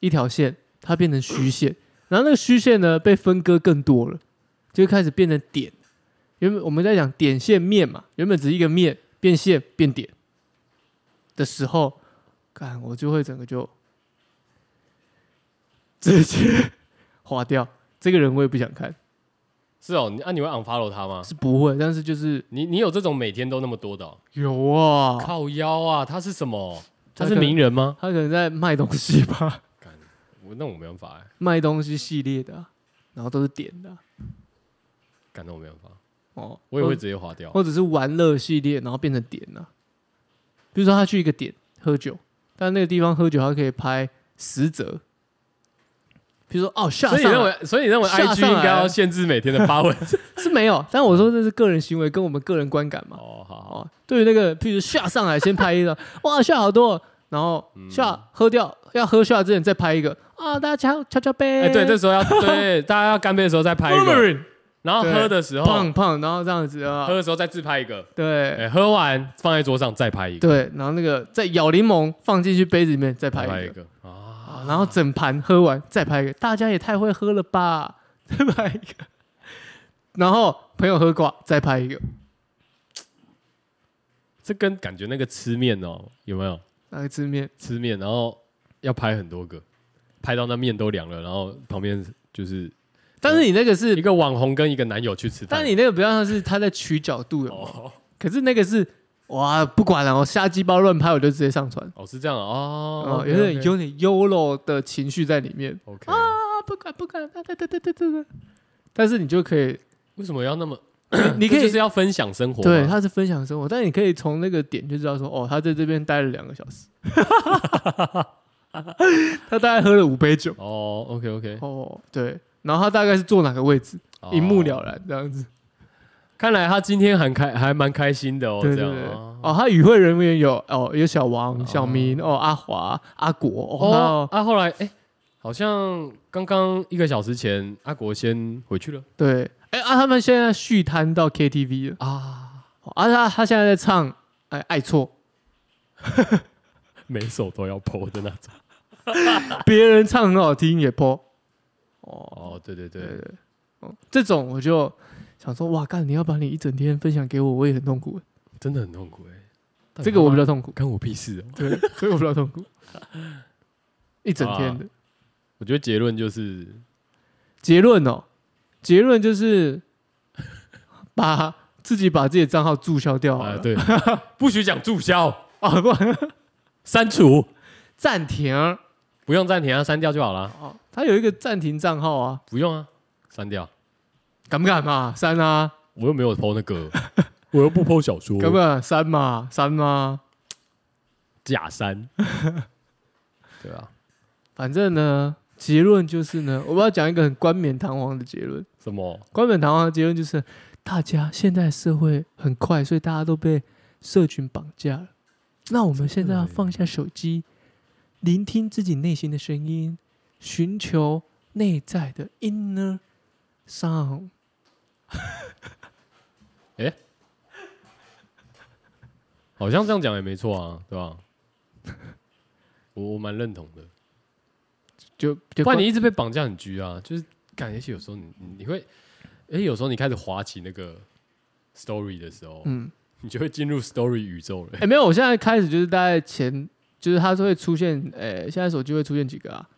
B: 一条线，它变成虚线，然后那个虚线呢被分割更多了，就开始变成点。原本我们在讲点线面嘛，原本只是一个面变线变点的时候，干我就会整个就直接 划掉。这个人我也不想看，
A: 是哦，你啊，你会 unfollow 他吗？
B: 是不会，但是就是
A: 你你有这种每天都那么多的哦、
B: 有啊，
A: 靠腰啊？他是什么？他
B: 他
A: 是
B: 可能
A: 名人吗？
B: 他可能在卖东西吧。
A: 我那我没办法哎、
B: 卖东西系列的啊、然后都是点的啊、
A: 感动我没办法，
B: 哦，
A: 我也会
B: 或
A: 直接划掉。
B: 或者是玩乐系列，然后变成点的、啊。比如说他去一个点喝酒，但那个地方喝酒，他可以拍十折。比如说哦，下
A: 所以你
B: 上
A: 认
B: 来
A: 为，所以你认为
B: 下上
A: IG 应该
B: 来
A: 要限制每天的 发文？
B: 是没有，但我说这是个人行为跟我们个人观感嘛。
A: 哦，好好，
B: 哦，对于那个，譬如下上来先拍一 张，哇下好多，然后
A: 嗯
B: 下、喝掉，要喝下之前再拍一个啊，大家敲敲敲杯，
A: 哎、对，这时候要对大家要干杯的时候再拍一个，然后
B: 对
A: 喝的时候
B: 胖胖，然后这样子啊
A: 喝，的时候再自拍一个，
B: 对
A: 哎、，喝完放在桌上再拍一个，
B: 对，然后那个再咬柠檬放进去杯子里面，再拍
A: 再
B: 一个，
A: 拍一个啊，
B: 啊然后整盘喝完再拍一个。大家也太会喝了吧， 再拍一个，然后朋友喝挂再拍一个，
A: 这跟感觉那个吃面哦，有没有
B: 那个吃面
A: 吃面，然后要拍很多个，拍到那面都凉了，然后旁边就是
B: 但是你那个
A: 一
B: 是，
A: 个网红跟一个男友去吃饭，
B: 但你那个比较像是他在取角度的，
A: 哦
B: 可是那个是哇不管了，我瞎鸡巴乱拍我就直接上传，
A: 哦是这样啊哦
B: 哦，，有点有点 YOLO 的情绪在里面
A: OK，
B: 啊，不管不管，对对对对对对，但是你就可 以，
A: 为什么要那么？
B: 你可
A: 这
B: 以
A: 就是要分享生活嘛，
B: 对，他是分享生活，但你可以从那个点就知道说，哦，他在这边待了两个小时， 他大概喝了五杯酒，
A: 哦，OK OK，
B: 哦，对，然后他大概是坐哪个位置，一目了
A: 然。
B: 然这样子，
A: 哦看来他今天很开，还蛮开心的哦，
B: 对
A: 这
B: 对
A: 样
B: 对，
A: 哦
B: 哦，他与会人员有哦，有小王、小明，哦，阿华、阿国，
A: 哦
B: 哦，
A: 啊，后来哎，好像刚刚一个小时前，阿国先回去了
B: 那对，哎啊，他们现在续摊到 KTV 了，
A: 啊，
B: 哦啊，他他现在在唱，哎，爱错，
A: 每首都要播的那种。
B: 别人唱很好听也播，哦。
A: 哦，对对
B: 对对
A: 对，
B: 对，哦，这种我就想说，哇，干，你要把你一整天分享给我，我也很痛苦。
A: 真的很痛苦哎。
B: 这个我比
A: 到
B: 较
A: 底
B: 痛苦
A: 他妈，干我屁事哦。
B: 对， 这个我比较痛苦，一整天的、
A: 我觉得结论就是，
B: 结论哦，结论就是 把自己把自己的账号注销掉好了
A: 啊，对，不许讲注销、
B: 啊，不，
A: 删除，
B: 暂停啊
A: 不用暂停啊，删掉就好了，
B: 哦，他有一个暂停账号啊，
A: 不用啊，删掉。
B: 敢不敢嘛？删啊，
A: 我又没有剖那 个，我又不剖小说，
B: 敢不敢删嘛？删嘛？
A: 假删。对啊，
B: 反正呢，结论就是呢，我们要讲一个很冠冕堂皇的结论。
A: 什么？
B: 官本堂皇的结论就是，大家现在社会很快，所以大家都被社群绑架了。那我们现在要放下手机，聆听自己内心的声音，寻求内在的 inner sound。
A: 好像这样讲也没错啊，对吧？ 我我蛮认同的，
B: 就就
A: 不然你一直被绑架很拘啊，就是干，也许有时候你你你会，哎，有时候你开始滑起那个 story 的时候，
B: 嗯，
A: 你就会进入 story 宇宙了
B: 哎、。没有，我现在开始就是大概前，就是它是会出现，哎、现在手机会出现几个啊？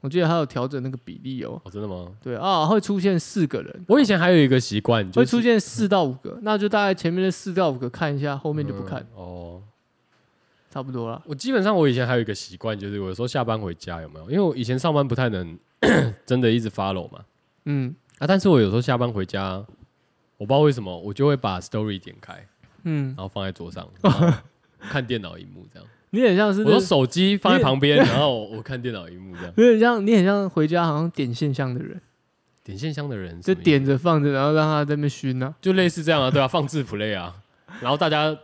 B: 我记得它有调整那个比例哦。
A: 哦，真的吗？
B: 对啊，会出现四个人，
A: 我以前还有一个习惯，就
B: 会
A: 是
B: 出现四到五个，那就大概前面的四到五个看一下，后
A: 后
B: 面就不看，
A: 哦。
B: 差不多了。
A: 我基本上我以前还有一个习惯，就是我有时候下班回家有没有？因为我以前上班不太能 真的一直 follow 嘛，
B: 嗯
A: 啊，但是我有时候下班回家，我不知道为什么，我就会把 story 点开，
B: 嗯
A: 然，后放在桌 上，然后看电脑荧幕这样。
B: 你很像是
A: 我
B: 那
A: 说
B: 个，
A: 手机放在旁 边，然后我我看电脑荧幕这样。
B: 有点像，你很像回家好像点现象的人，
A: 点线香的人
B: 就是
A: 什么意思
B: 点着放着，然后让他在那边熏啊。
A: 就类似这样啊，对啊，放置 play 啊，然后大家。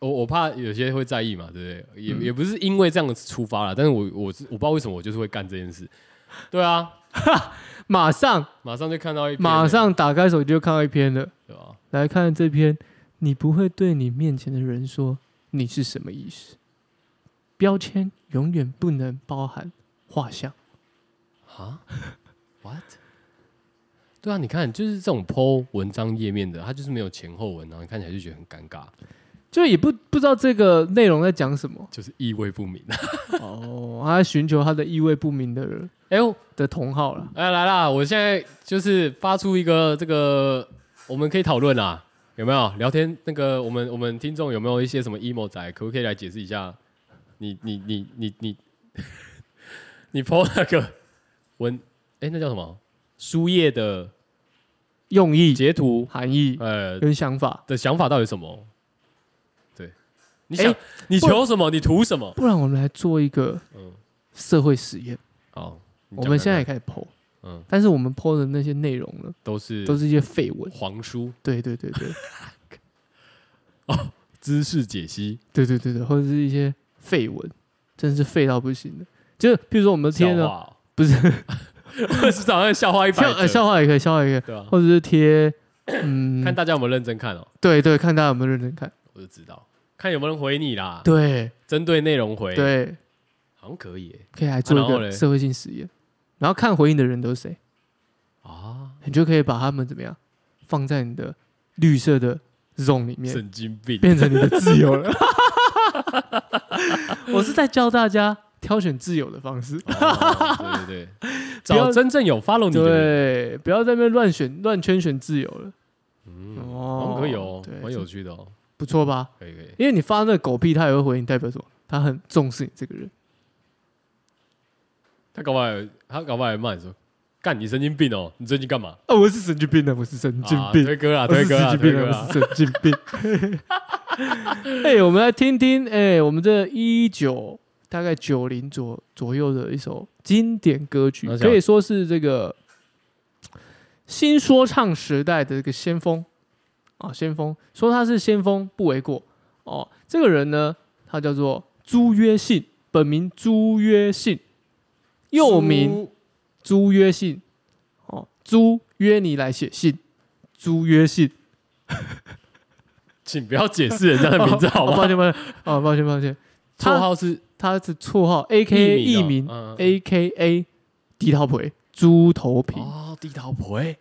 A: 我我怕有些会在意嘛，对不对？也、
B: 嗯
A: 也不是因为这样出发啦，但是我我是我不知道为什么我就是会干这件事，对啊，
B: 马上
A: 马上就看到一篇啊
B: 马上打开手机就看到一篇了，
A: 对吧？
B: 来看这篇，你不会对你面前的人说你是什么意思。标签永远不能包含画像。
A: 啊，what？对啊，你看就是这种 PO 文章页面的，它就是没有前后文，然后啊你看起来就觉得很尴尬，
B: 就也不不知道这个内容在讲什么
A: 就是意味不明。啊
B: 哦，他在寻求他的意味不明的人
A: 哎呦，
B: 的同好了。
A: 哎来啦，我现在就是发出一个这个，我们可以讨论啦，有没有聊天？那个我们我们听众有没有一些什么 emo 仔，可不可以来解释一下你？你你你你你你 PO 那个文，哎，那叫什么书页的
B: 用意、
A: 截图？
B: 含义
A: 呃，
B: 跟想法，
A: 的想法到底什么？对，你想、
B: 哎
A: 你求什么？你图什么？
B: 不然我们来做一个
A: 嗯
B: 社会实验。
A: 好，你
B: 我
A: 讲
B: 们
A: 看
B: 现在也
A: 看
B: 开始剖，
A: 嗯
B: 但是我们剖的那些内容呢，
A: 都是
B: 都是一些绯闻。
A: 黄书
B: 对对对对
A: 知识解析，
B: 对对对对，或者是一些绯闻，真是废到不行的。就是比如说我们贴
A: 笑
B: 呢，
A: 话哦、
B: 不是
A: 是早上笑话一百
B: 笑呃
A: 则，
B: 笑话也可以，笑话也可以，
A: 对吧、
B: 或者是贴嗯，
A: 看大家有没有认真看哦，
B: 对对，看大家有没有认真看。
A: 我就知道，看有没有人回你啦。
B: 对
A: 针对内容回，，
B: 对，
A: 好像可以耶
B: 可以来做一
A: 啊然后
B: 个
A: 嘞
B: 社会性实验，然后看回应的人都是谁，
A: 啊，
B: 你就可以把他们怎么样放在你的绿色的 zone 里面，
A: 神经病。
B: 变成你的自由了。 我是在教大家挑选自由的方式，
A: 哦对对对，
B: 不要
A: 找真正有 follow 你的人，
B: 对，不要在那边乱选乱圈选自由了，
A: 嗯，好
B: 哦
A: 像可以哦
B: 对，
A: 蛮有趣的哦，
B: 不错吧？
A: 可以可以。
B: 因为你发那个狗屁，他也会回应，代表什么？他很重视你这个人。
A: 他搞不好有，他搞不好也骂你说，干你神经病哦，你最近干嘛？
B: 哦，我是神经病的，我是神经
A: 啊
B: 病。
A: 推歌啊，
B: 我
A: 推
B: 是
A: 歌
B: 神
A: 啊，
B: 经
A: 推
B: 病
A: 歌
B: 啊，我
A: 啊，
B: 是神经病。 哎，我们来听听，哎，我们这一九大概九零左左右的一首经典歌曲
A: 那，叫
B: 可以说是这个新说唱时代的这个先锋啊，先锋说他是先锋不为过哦。这个人呢，他叫做朱约信，本名朱约信，又名朱约信，哦，朱约你来写信，朱约信。
A: 请不要解释人家的 名字好
B: 哦抱
A: 吗？
B: 歉抱歉，哦，抱歉抱歉，
A: 绰
B: 他
A: 号是
B: 他的绰号 A K A 艺名
A: 哦嗯
B: A K A 低头皮猪头皮，
A: 哦，地头婆，
B: 哎，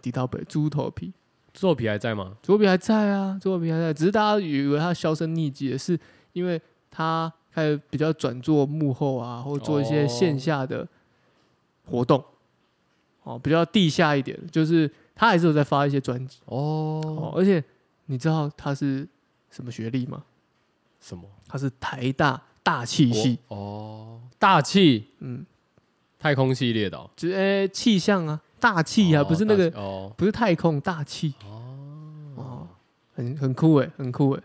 B: 低头皮猪头皮，
A: 作皮还在吗？
B: 左皮还在啊，左皮还在，只是大家以为他销声匿迹了，是因为他开始比较转做幕后啊，或做一些
A: 哦
B: 线下的活动，哦，比较地下一点，就是他还是有在发一些专辑哦
A: 哦，，
B: 而且你知道他是什么学历吗？
A: 什么？
B: 他是台大大气系，
A: 我哦，大气
B: 嗯。
A: 太空系列的哦
B: 就是呃气象啊，大气啊，
A: 哦
B: 不是那个
A: 大气哦
B: 不是太空大气
A: 哦
B: 哦，很很酷诶，很酷诶。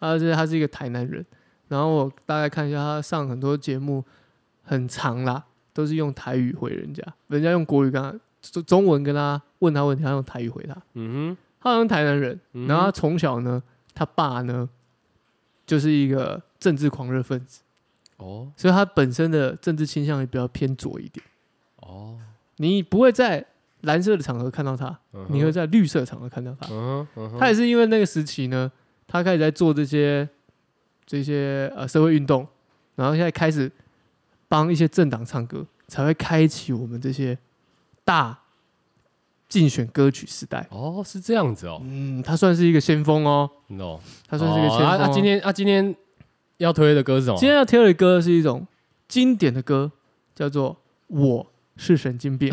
B: 啊，就是他是一个台南人，然后我大概看一下他上很多节目，很长啦，都是用台语回人家，人家用国语跟他中中文跟他问他问题，他用台语回他，
A: 嗯
B: 他好像台南人，
A: 哼，
B: 然后他从小呢，他爸呢就是一个政治狂热分子，
A: 哦
B: 所以他本身的政治倾向也比较偏左一点，
A: 哦，
B: 你不会在蓝色的场合看到他。
A: 嗯哼
B: 你会在绿色场合看到他。
A: 嗯哼嗯哼
B: 他也是因为那个时期呢，他开始在做这些这些呃社会运动，然后现在开始帮一些政党唱歌，才会开启我们这些大竞选歌曲时代。
A: 哦，是这样子哦
B: 嗯，他算是一个先锋哦，
A: ，no，
B: 他算是一个先锋、
A: 哦啊啊，
B: 哦
A: 今天啊，哦今天要推的歌是什么？
B: 今天要挑的歌是一种经典的歌，叫做《我是神经病》。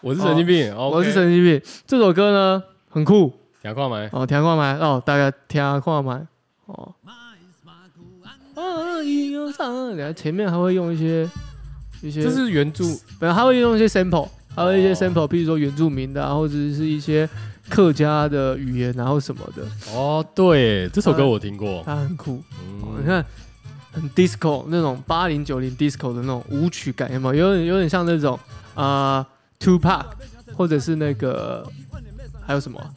A: 我是神经病，
B: 哦
A: 哦
B: 我是，神经病。这首歌呢很酷
A: 杨矿梅，
B: 哦，听看麦哦，大家听看麦哦。啊，一二三，然后前面还会用一些一些，
A: 这是原 著
B: 没有，他会用一些 sample，还有一些
A: 哦
B: sample，比如说原住民的、啊，或者是一些客家的语言，然后什么的，
A: 哦，对，这首歌我听过，
B: 它很酷。哦你
A: 嗯，
B: 看，很 disco 那种八零九零 disco 的那种舞曲感，有没有？有点有点像那种啊、t w o Pack，或者是那个还有什么啊？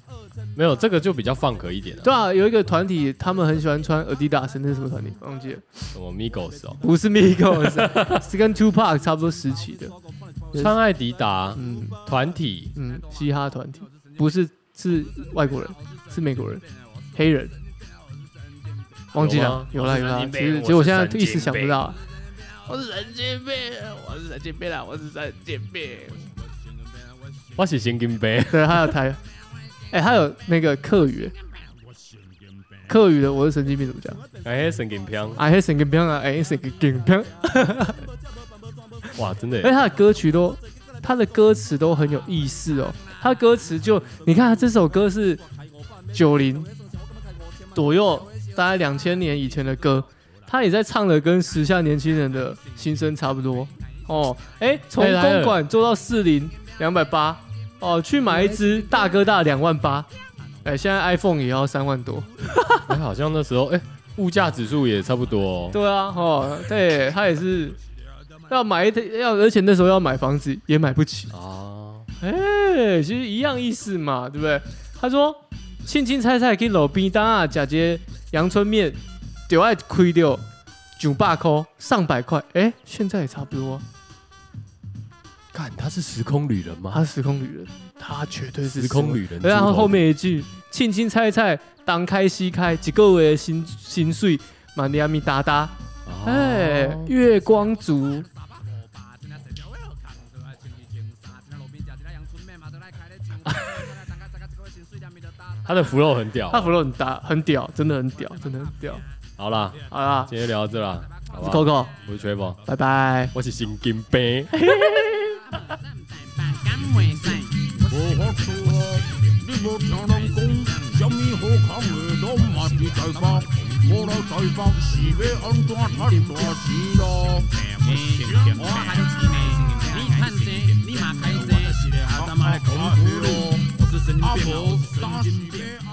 A: 没有这个就比较放壳一点了，
B: 对啊，有一个团体，他们很喜欢穿 Adidas，那是什么团体？忘记了，
A: 什么 Migos 哦，
B: 不是 Migos，是啊跟 Two Pack 差不多时期的，就是
A: 川爱迪达
B: 嗯
A: 团体，
B: 嗯，嘻哈团体，不是是外国人，是美国人，黑人，忘记了，有
A: 有
B: 啦
A: 吗
B: 有啦
A: 我是神，
B: 其
A: 经病
B: 实其实我
A: 我是
B: 现在
A: 神经
B: 一时想不
A: 病
B: 到啊，
C: 我是神经病，我是神经病啦，我是神经病。
A: 我是神经病，
B: 对，还有台，哎、还有那个客语，客语的我是神经病怎么讲？
A: 哎，神经病，
B: 啊，黑神经病啊，哎，神经病。
A: 哇，真的
B: 而且
A: 耶，
B: 他的歌曲都，他的歌词都很有意思哦。他的歌词就，你看他这首歌是九零左右，大概两千年以前的歌，他也在唱的跟时下年轻人的心声差不多哦。哎，从
A: 哎来了
B: 公馆做到四零两百八，哦，去买一只大哥大两万八，哎，现在 iPhone 也要三万多。
A: 哎好像那时候哎，物价指数也差不多哦，
B: 对啊，哦，对他也是要买一要，而且那时候要买房子也买不起。
A: 啊，
B: 哎，其实一样意思嘛，对不对？他说，青青菜菜去路边摊啊，假节阳春面，就爱亏掉九百块，上百块。哎，现在也差不多啊。
A: 看他是时空旅人吗？
B: 他是时空旅人，他绝对是
A: 时空旅人，
B: 人。然后
A: 猪头
B: 后面一句，青青菜菜，东开西开，一个月的薪薪水，满地阿咪哒哒。
A: 哦
B: 哎，月光族。
A: 他的 flow 很屌
B: 他，flow 很大，很屌，真的很屌，真的很屌。
A: 好啦，
B: 好啦
A: 今天聊到这啦，好啊不好？
B: ，Coco，
A: 我是 Trevor，
B: 拜拜。
A: 我是神经病。
D: 无法做啊！你无听人讲，什么好康的拢嘛是台北，我来台北是要安怎赚大钱咯？
C: 我还有钱呢，你看这，你嘛开这，
D: 啊，
C: 阿达妈
D: 啊
C: 恐怖。
D: 对咯，
C: 我是神经
D: 啊
C: 病，
D: 无，
C: 我是神
D: 三
C: 经
D: 是
C: 病。
D: 要安